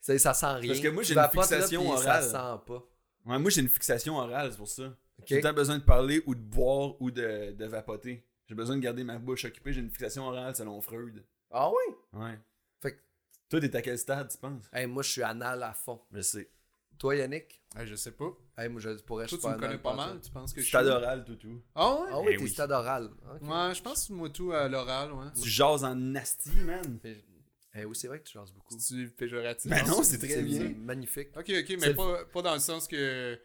C: c'est- Ça sent rien.
A: Parce que moi,
C: Tu
A: j'ai une
C: vapotes, là,
A: fixation
C: puis
A: orale.
C: Ça sent pas.
A: Ouais, moi, j'ai une fixation orale, c'est pour ça. J'ai
C: Ok.
A: tout le temps besoin de parler ou de boire ou de, de vapoter. J'ai besoin de garder ma bouche occupée. J'ai une fixation orale selon Freud.
C: Ah oui?
A: Ouais.
C: Fait que-
A: Toi, t'es à quel stade, tu penses
C: Hey, moi, je suis anal à fond.
A: Je sais.
C: Toi, Yannick?
B: Ah, je sais pas.
C: Hey, moi, je pourrais. je
B: Toi,
C: suis
B: tu me
C: anal,
B: connais pas
C: pense,
B: mal.
C: hein.
B: Tu penses que je suis.
A: Stade oral, tout, tout.
B: Ah ouais?
C: Ah oui,
A: Eh
C: t'es
A: oui.
C: stade oral. Ok.
B: Ouais, je pense que moi tout à l'oral, ouais.
A: Tu jases en nasty, man.
C: Fait- Eh oui, c'est vrai que tu chances beaucoup.
B: C'est péjoratif.
A: Ben non, c'est très
C: C'est
A: bien.
C: c'est magnifique.
B: Ok, ok,
C: C'est
B: mais
C: le-
B: pas, pas dans le sens que,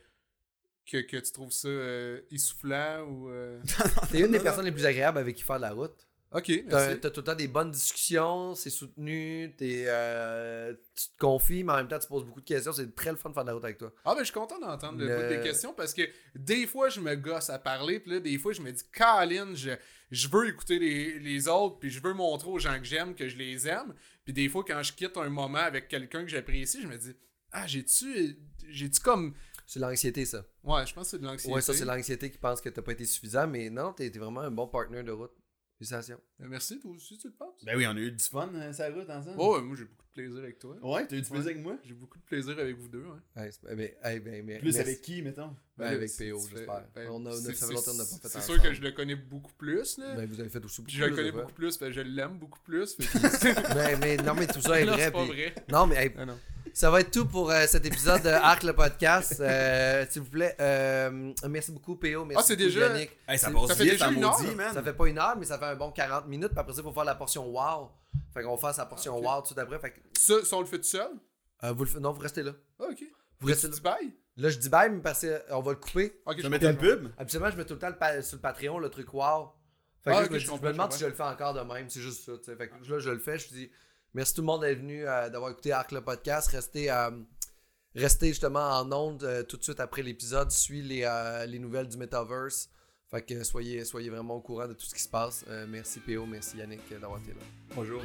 B: que, que tu trouves ça euh, essoufflant ou. euh,
A: Ah
C: T'es une des personnes les plus agréables avec qui faire de la route.
B: Ok,
C: T'as
B: merci.
C: t'as tout le temps des bonnes discussions, c'est soutenu, t'es, euh, tu te confies, mais en même temps, tu poses beaucoup de questions. C'est très le fun de faire de la route avec toi.
B: Ah, ben je suis content d'entendre le
C: Le-
B: bout des questions parce que des fois je me gosse à parler, puis là, des fois je me dis, Caroline, je, je veux écouter les, les autres, puis je veux montrer aux gens que j'aime que je les aime. Puis des fois, quand je quitte un moment avec quelqu'un que j'apprécie, je me dis, Ah, j'ai-tu. J'ai-tu comme.
C: C'est l'anxiété, ça.
B: Ouais, je pense que c'est de l'anxiété.
C: Ouais, ça, c'est l'anxiété qui pense que t'as pas été suffisant, mais non, t'es t'es vraiment un bon partner de route. Félicitations.
B: Merci, toi aussi, tu le penses?
A: Ben oui, on a eu du fun, euh, sa route, ensemble.
B: Oh, ouais, moi j'ai beaucoup de plaisir avec toi.
A: Ouais, t'as eu du plaisir avec moi.
B: J'ai beaucoup de plaisir avec vous deux, hein. ouais.
C: Ouais, c'est- eh ben, eh ben, mais-
A: Plus
C: merci.
A: avec qui, mettons
C: Ben,
B: là,
C: avec
B: c'est-
C: PO,
B: c'est-
C: j'espère.
B: ben,
C: On a- on a
B: c'est-
C: fait longtemps qu'on n'a pas
B: c'est-
C: fait
B: C'est
C: ensemble.
B: sûr que je le connais beaucoup plus, là.
C: Ben, vous avez fait aussi beaucoup.
B: je le
C: là,
B: connais
C: c'est vrai.
B: beaucoup plus, parce que je l'aime beaucoup plus. fait que-
C: Mais, Ben, mais, non, mais tout ça est
B: non,
C: vrai.
B: c'est pas
C: puis-
B: vrai.
C: Non, mais hey,
B: Ah, non.
C: Ça va être tout pour euh, cet épisode de Arc le podcast. Euh, S'il vous plaît, euh, merci beaucoup PO, merci
B: Ah, c'est
C: beaucoup,
B: déjà-
C: Yannick.
A: Hey, ça
C: C'est-
A: passe
B: ça fait
A: vite,
B: déjà
A: en
B: une heure,
A: maudit, man.
C: Ça fait pas une heure, mais ça fait un bon 40 minutes. Puis après ça, il faut faire la portion wow. Fait qu'on va faire sa portion
B: Ah, ok.
C: wow tout d'après. Fait que,
B: Ça, si on le fait tout seul?
C: euh, vous le f- Non, vous restez là.
B: Ah, ok.
C: Vous restez
B: Tu
C: là.
B: dis bye?
C: Là, je dis bye, mais parce qu'on va le couper.
B: Ok,
A: Je
B: je
A: vais mettre une pub.
C: Habituellement, je mets tout le temps le pa- sur le Patreon le truc wow. Fait que
B: Ah,
C: là,
B: ok,
C: je, me,
B: je
C: je
B: comprends, Ah.
C: me demande
B: je
C: si je le fais encore de même. C'est juste ça. tu sais. Fait que là, je le fais. Je dis merci tout le monde d'être venu, euh, d'avoir écouté Arc le podcast. Restez. euh, restez justement en onde euh, tout de suite après l'épisode. Suis les, euh, les nouvelles du Metaverse. Fait que soyez, soyez vraiment au courant de tout ce qui se passe. Euh, merci PO, merci Yannick euh, d'avoir été là.
A: Bonjour.